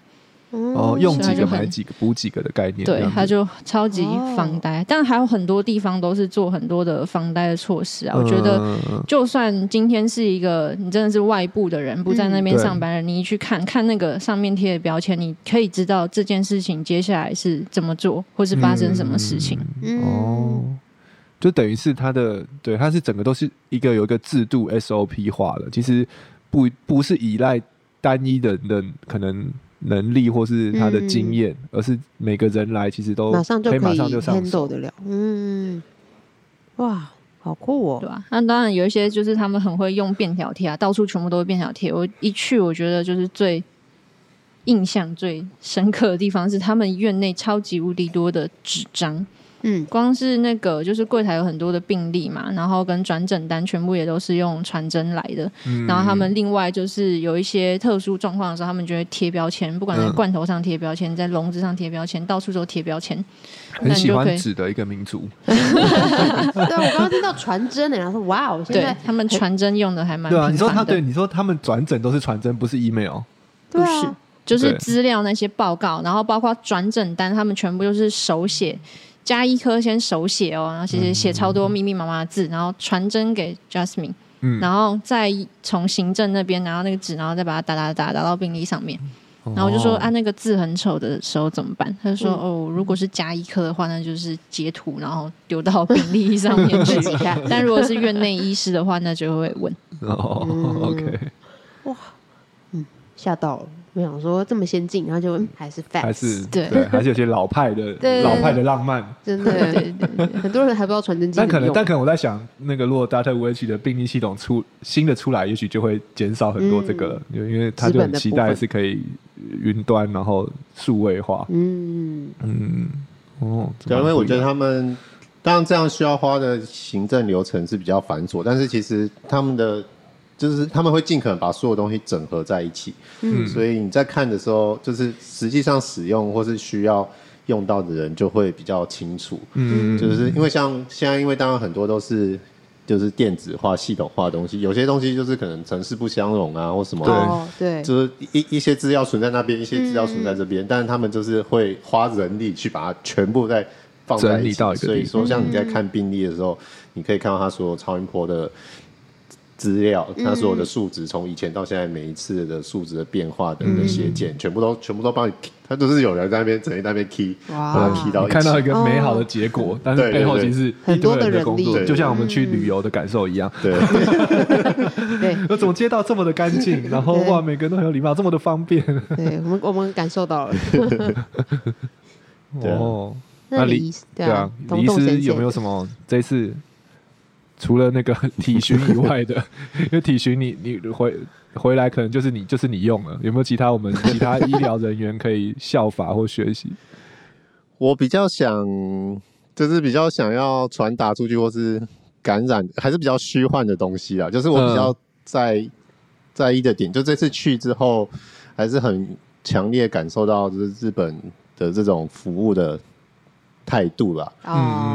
哦，用几
所以
个
嗯啊就很
买几个，补几个的概念。这
对
样，子
他就超级防呆，但还有很多地方都是做很多的防呆的措施啊。我觉得，
嗯嗯嗯
就算今天是一个你真的是外部的人，不在那
嗯
边
对
上班的人，你一去看看那个上面贴的标签，你可以知道这件事情接下来是怎么做，或是发生什么事情。
嗯哦，就等于是他的，对，他是整个都是一个有一个制度 SOP 化的，其实不不是依赖单一人的可能能力或是他的经验，
嗯
而是每个人来其实都
马上就
可以
可
马
以
上就上
handle
手。
得了。嗯，哇，好酷哦
对！吧、那当然有一些就是他们很会用便条贴啊，到处全部都是便条贴。我一去，我觉得就是最印象最深刻的地方是他们院内超级无敌多的纸张，
嗯，
光是那个就是柜台有很多的病例嘛，然后跟转诊单全部也都是用传真来的。
嗯
然后他们另外就是有一些特殊状况的时候，他们就会贴标签，不管在
嗯
罐头上贴标签，在笼子上贴标签，到处都贴标签。
很喜
那
欢
你就可
纸的一个民族，
对啊我刚刚听到传真诶，然后说哇，我现
对
在
他们传真用的还蛮
对啊，你
频
说他
繁的
对，。你说他们转诊都是传真，不是 email，
对
不是
啊，
就是
对
资料那些报告，然后包括转诊单，他们全部就是手写。加医科先手写哦，然后
嗯
写写写超多密密麻麻的字，然后传真给 Jasmine，、
嗯，
然后再从行政那边拿到那个纸，然后再把它打打打打到病历上面。然后我就
哦
说、啊，那个字很丑的时候怎么办？他就说、
嗯
哦，如果是加医科的话，那就是截图然后丢到病历上面去
自己看。
但如果是院内医师的话，那就会问。
哦、
嗯
o k
吓到了，我想说这么先进，然后就嗯还是 fax，
还是
对
还是有些老派 的
对
老派的浪漫。
真
对
的，
对对对对
很多人还不知道传真机
但可
怎
能，
么用
但可能我在想，那个如果 Data w i c h 的病例系统出新的出来，也许就会减少很多这个了，
嗯
因为因为他就很期待是可以云端，然后数位化。
嗯，
嗯，哦，这
对，啊因为我觉得
蛮
他们当然这样需要花的行政流程是比较繁琐，但是其实他们的就是他们会尽可能把所有东西整合在一起，
嗯
所以你在看的时候，就是实际上使用或是需要用到的人就会比较清楚，
嗯，
就是因为像现在，因为当然很多都是。就是电子化、系统化的东西，有些东西就是可能城市不相容啊，或什么的，
哦，对，嗯
就是一一些资料存在那边，一些资料存在这边，但是他们就是会花人力去把它全部再放在
整理
起
到一个地
所以说，像你在看病历的时候，你可以看到它所有超音波的资料，
嗯
它所有的数值从以前到现在每一次的数值的变化的
嗯
的斜减，全部都全部都帮你，它就是有人在那边整天在那边 key，
哇
把它 key 到
你
一起
看到一
哦
个美好的结果，但是
对
背后
对对
其实
很
一堆
多的
的
人
工
力
作，
对
就像我们
嗯
去旅游的感受一样。
对，
对
我怎么街道这么的干净，然后
对
哇，每个人都很有礼貌，这么的方 便。
对，我们我们感受 到了。
对啊
哦，
那
李
李对
对啊
啊，，
李
同
医
动
师
神
有没有
仙
什么这次除了那个 体巡以外的？因为体巡你你回回来可能就是你就是你用了，有没有其他我们其他医疗人员可以效法或学习？
我比较想，就是比较想要传达出去，或是感染，还是比较虚幻的东西啦。就是我比较在、在意的点，就这次去之后，还是很强烈感受到就是日本的这种服务的态度啦。
哦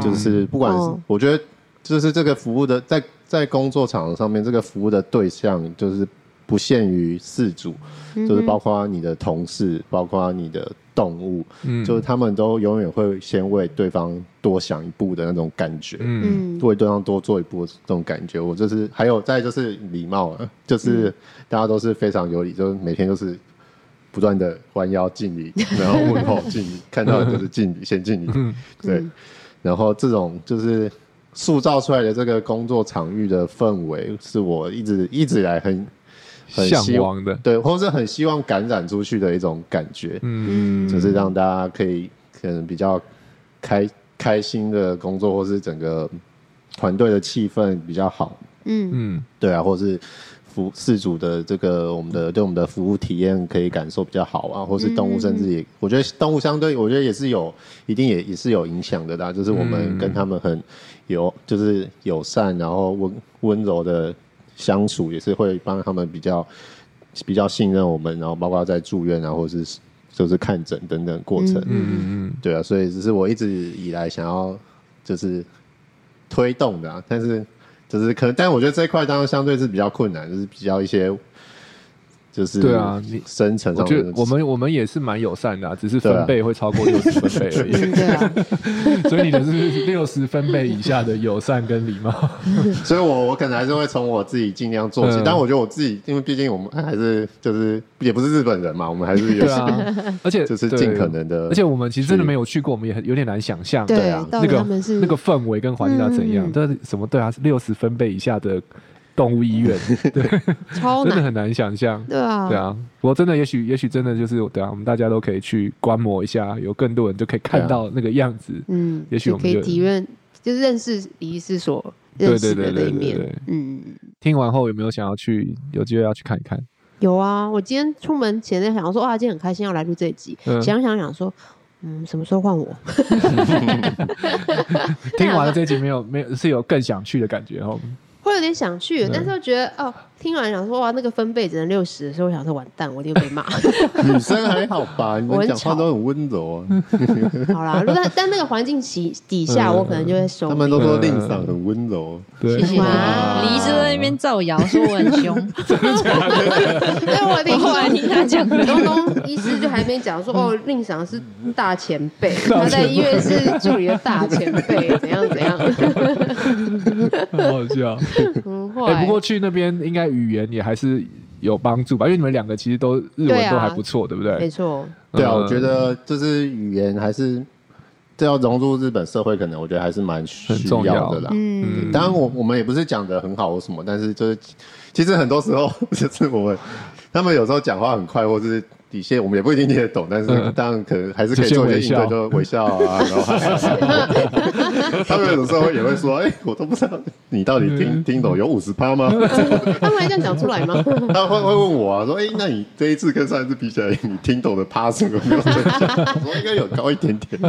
嗯
就是不管是、
哦
我觉得就是这个服务的在在工作场上面，这个服务的对象就是不限于事主，就是包括你的同事，包括你的动物，
嗯
就是他们都永远会先为对方多想一步的那种感觉。
嗯
嗯，
为对方多做一步这种感觉，我就是还有再就是礼貌了，就是大家都是非常有礼，就是每天都是不断的弯腰敬礼，然后问候敬礼，看到的就是敬礼，先敬礼，对，然后这种就是塑造出来的这个工作场域的氛围，是我一直一直以来很很
向
希
往的，
对，或是很希望感染出去的一种感觉，
嗯
就是让大家可以可能比较开开心的工作，或是整个团队的气氛比较好，
嗯
嗯
对啊，或是服事主的这个我们的对我们的服务体验可以感受比较好啊，或是动物
嗯
甚至也，我觉得动物相对，我觉得也是有一定也也是有影响的啦，就是我们
嗯
跟他们很有就是友善，然后温温柔的相处，也是会帮他们比较比较信任我们，然后包括在住院啊，或是就是看诊等等过程，
嗯嗯
对啊，所以只是我一直以来想要就是推动的、啊，但是就是可能，但我觉得这一块当然相对是比较困难，就是比较一些就是
对啊你
深层
嗯，我
上
觉
的
得我们我们也是蛮友善的啊，只是
对
分
啊
贝会超过六十分贝而
嗯，
已，
对啊，
所以你的是六十分贝以下的友善跟礼貌。
所以我我可能还是会从我自己尽量做起，
嗯
但我觉得我自 己，因为毕竟我们还是就是也不是日本人嘛，我们还是有
对啊，而且
就是
对
尽可能的
而且我们其实真的
去
没有去过，我们也很有点难想象。
对
啊
到
那
底
个
他们是
那个氛围跟环境要怎样？
嗯
但是什么对啊，六十分贝以下的动物医院，
超
真的
难，
很难想象。
哦对啊，
对，啊，我真的也许也许真的就是对啊，我们大家都可以去观摩一下，有更多人就可以
啊
看到那个样子。
嗯，
也许
就
我们
可以
就
体验，就是认识李医师所认识
对对对
的那一
对对
面
对，
嗯。
听完后有没有想要去有机会要去看一看？
有啊，我今天出门前在想说，哇，今天很开心要来录这一集，
嗯
想想想说，嗯，什么时候换我？
听完了这集没有没有是有更想去的感觉哦。
会有点想去，
对
但是又觉得哦，听完想说哇，那个分贝只能六十，所以我想说完蛋，我一定被骂。
女生还好吧，你
我
们
很
讲话
吵嗯
都很温柔啊，
好啦，如果但但那个环境底底下，
嗯
我可能就会收
他
敛。
们都说令
啊
赏很温柔，啊
对
谢，谢
啊哇
你，李医师在那边造谣说我很 凶，
对，我听
我后来听他讲
东东医师就还没讲说哦，令赏是大前辈，他在医院是助理的大前辈，怎样怎样，
很好笑。
很
哎、
坏。
不过去那边应该语言也还是有帮助吧，因为你们两个其实都日
对
文
啊
都还不错，对不对？
没错，
对啊，我觉
嗯
得就是语言还是这要融入日本社会，可能我觉得还是蛮需
很重要
的啦。
嗯，
当然我，我们也不是讲的很好或什么，但是就是其实很多时候 就是我们他们有时候讲话很快，或是底线我们也不一定听得懂，但是
嗯
当然可能还是可以
就先
做一些
微
应
笑
对，就微笑啊，然后还 他们有时候也会说：“哎、我都不知道你到底听
嗯
听懂有五十趴吗？”
他们还这样讲出来吗？
他会会问我啊，说：“哎、那你这一次跟上一次比起来，你听懂的趴数有没有增加？” 我说：“应该有高一点点。”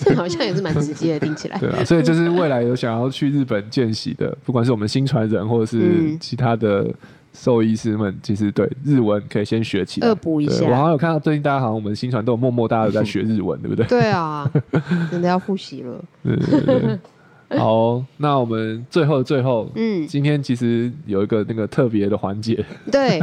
这好像也是蛮直接的，听起来
对。啊，所以就是未来有想要去日本见习的， 不管是我们新传人或者是
嗯
其他的兽医师们，其实对日文可以先学起来，
恶补一
对
下
我好像有看到最近大家好像我们新传都有默默大家有在学日文，对 不对？
对啊，真的要复习了。
对对对对。好哦，那我们最后最后，
嗯，
今天其实有一个那个特别的环节，
对，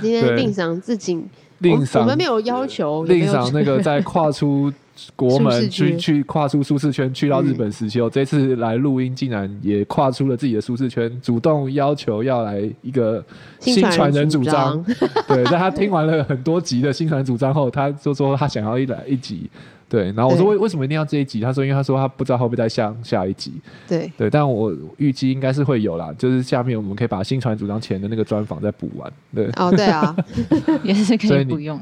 今天
对
令赏自己，
令
我我
赏
们没有要求，也没
令
有
赏那个在跨出国
舒
门
适
去
区
去跨出舒适圈，去到日本实习哦。这次来录音，竟然也跨出了自己的舒适圈，主动要求要来一个
新
新
传人
传人
主
主张
张。
对，在他听完了很多集的新传主张后，他就说他想要一来一集。对，然后我说
对
为为什么一定要这一集？他说因为他说他不知道会不会再上下一集。
对
对，但我预计应该是会有啦，就是下面我们可以把新传主张前的那个专访再补完。对，
哦，对啊，
也是可
所以
以
你
不用。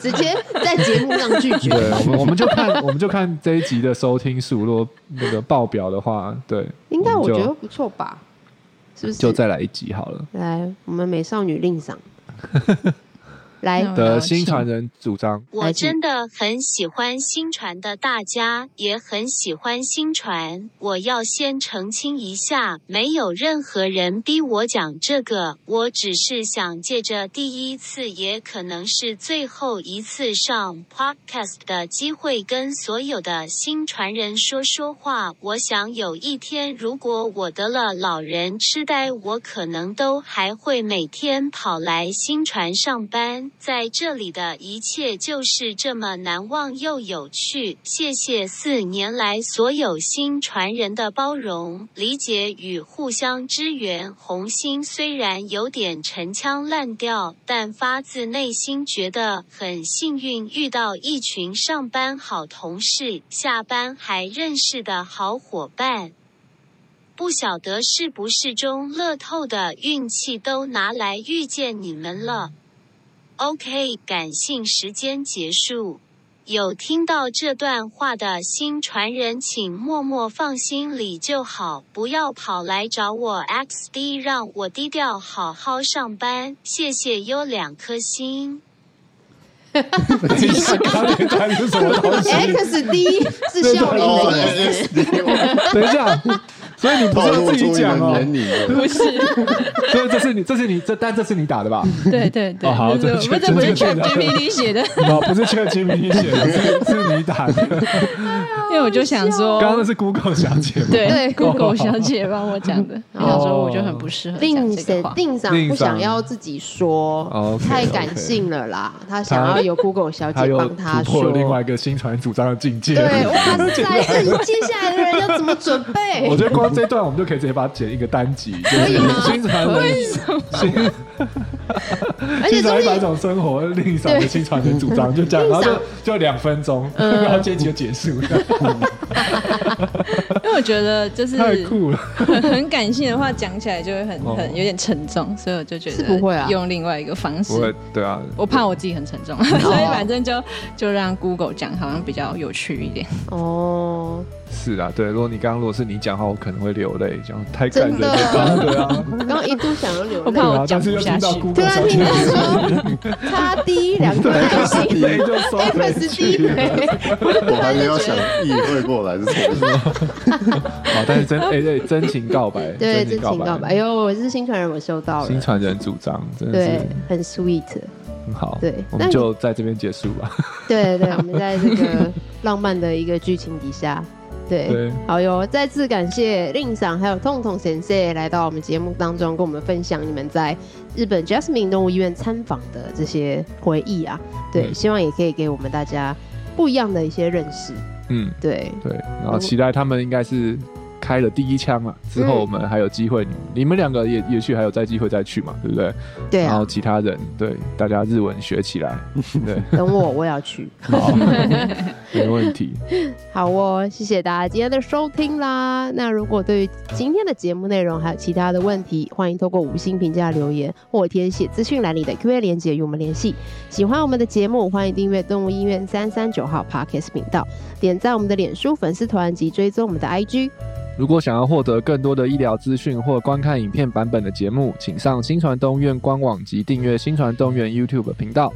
直接在节目上拒绝。
对，我们我们就看我们就看这一集的收听数，如果那个爆表的话，对，
应该
我
我
们
觉
就
得不错吧？是不是？
就再来一集好了。
来，我们美少女 令赏，来
那，
的新传人主 张，
来
我
请
真的很喜欢新传的，大家也很喜欢新传。我要先澄清一下，没有任何人逼我讲这个，我只是想借着第一次，也可能是最后一次上 podcast 的机会，跟所有的新传人说说话。我想有一天，如果我得了老人痴呆，我可能都还会每天跑来新传上班。在这里的一切就是这么难忘又有趣。谢谢四年来所有新传人的包容、理解与互相支援。红星虽然有点陈腔滥调，但发自内心觉得很幸运遇到一群上班好同事，下班还认识的好伙伴。不晓得是不是中乐透的运气都拿来遇见你们了。OK，感性时间结束。有听到这段话的新传人，请默默放心里就好，不要跑来找我 XD，让我低调好好上班。谢谢有两颗星。
你是 刚才谈的什么东西？
X D 哎是笑
哦
脸的意思。
等一下，所以你不
暴
是要
露
自己
出你的
讲哦，
年龄了。
不是，
所以这是你，这是你，这但这是你打的吧？
对对对，
哦好
不是
这
不
这
是不
这
是
这
ChatGPT 写的，
哦，不是 ChatGPT 写的， 是是你打的。
因为我就想说，
刚刚那是 Google 小姐吗？
对
对
Google 小姐帮我讲的，
哦
我想说我就很不适合讲
令
这个
赏
话。
令赏
哦令赏哦
不想要自己说，
OK，
太
OK
感性了啦。他想要有 Google 小
他
姐
又
帮他
突破
说
了。另外一个新传主张的境界。
对，哇塞，这你接下来的人要怎么准备
我？觉得光这段我们就可以直接把它剪一个单集，就是
以吗
新传人新
而且
新
说
传一百
不定
种生活，另一场的新传人主张就这样，
另
然后
一场
就就两分钟，然后这一集就结束，
因为我觉得就是
太酷了。
很很感性的话讲起来就会很
哦
很有点沉重，所以我就觉
是
得
不会啊哦
用另外一个方式。
我对啊，
我怕我自己很沉重， 所以反正就就让 Google 讲，好像比较有趣一点。
哦，
是啊，对。如果你刚刚如果是你讲的话，我可能会流泪，这样太感
真
人
的
了。，对啊，
刚刚一度想要流
我
泪
对
怕。
啊
我，讲
但是
不
又
下
听到
去。
Google
对啊，
小
听
姐
他说差 D 两颗爱心
雷就收回
，X
去
D 没。
我还没有想意会过来是什么。
好，但是真哎对，真情告白，
对，
情
真情告白。哎，呦，我是新传人，我收到
新
了。
传人主张真的
对
是，
很 sweet。
很好。
对
我
那
们
你
就在这边结束吧。
对对，我们在这个浪漫的一个剧情底下，对，
对
好哟，再次感谢令赏还有痛痛先生来到我们节目当中，跟我们分享你们在日本 Jasmine 动物医院参访的这些回忆啊，对，
嗯
希望也可以给我们大家不一样的一些认识，
嗯，
对，
对，然后期待他们应该是。开了第一枪嘛，之后我们还有机会，你你们两个也也许还有再机会再去嘛，对不对？
对
然
啊
后，其他人对大家日文学起 来，对，
等我，我也要去。
好，没问题。
好哦，谢谢大家今天的收听啦。那如果对于今天的节目内容还有其他的问题，欢迎透过五星评价留言或填写资讯栏里的 Q&A 连接与我们联系。喜欢我们的节目，欢迎订阅动物医院三三九号 Podcast 频道，点赞我们的脸书粉丝团及追踪我们的 IG。
如果想要获得更多的医疗资讯或观看影片版本的节目，请上新传动院官网及订阅新传动院 YouTube 频道。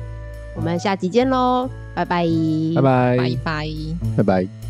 我们下集见喽，拜拜，
拜拜。
拜拜。
拜拜。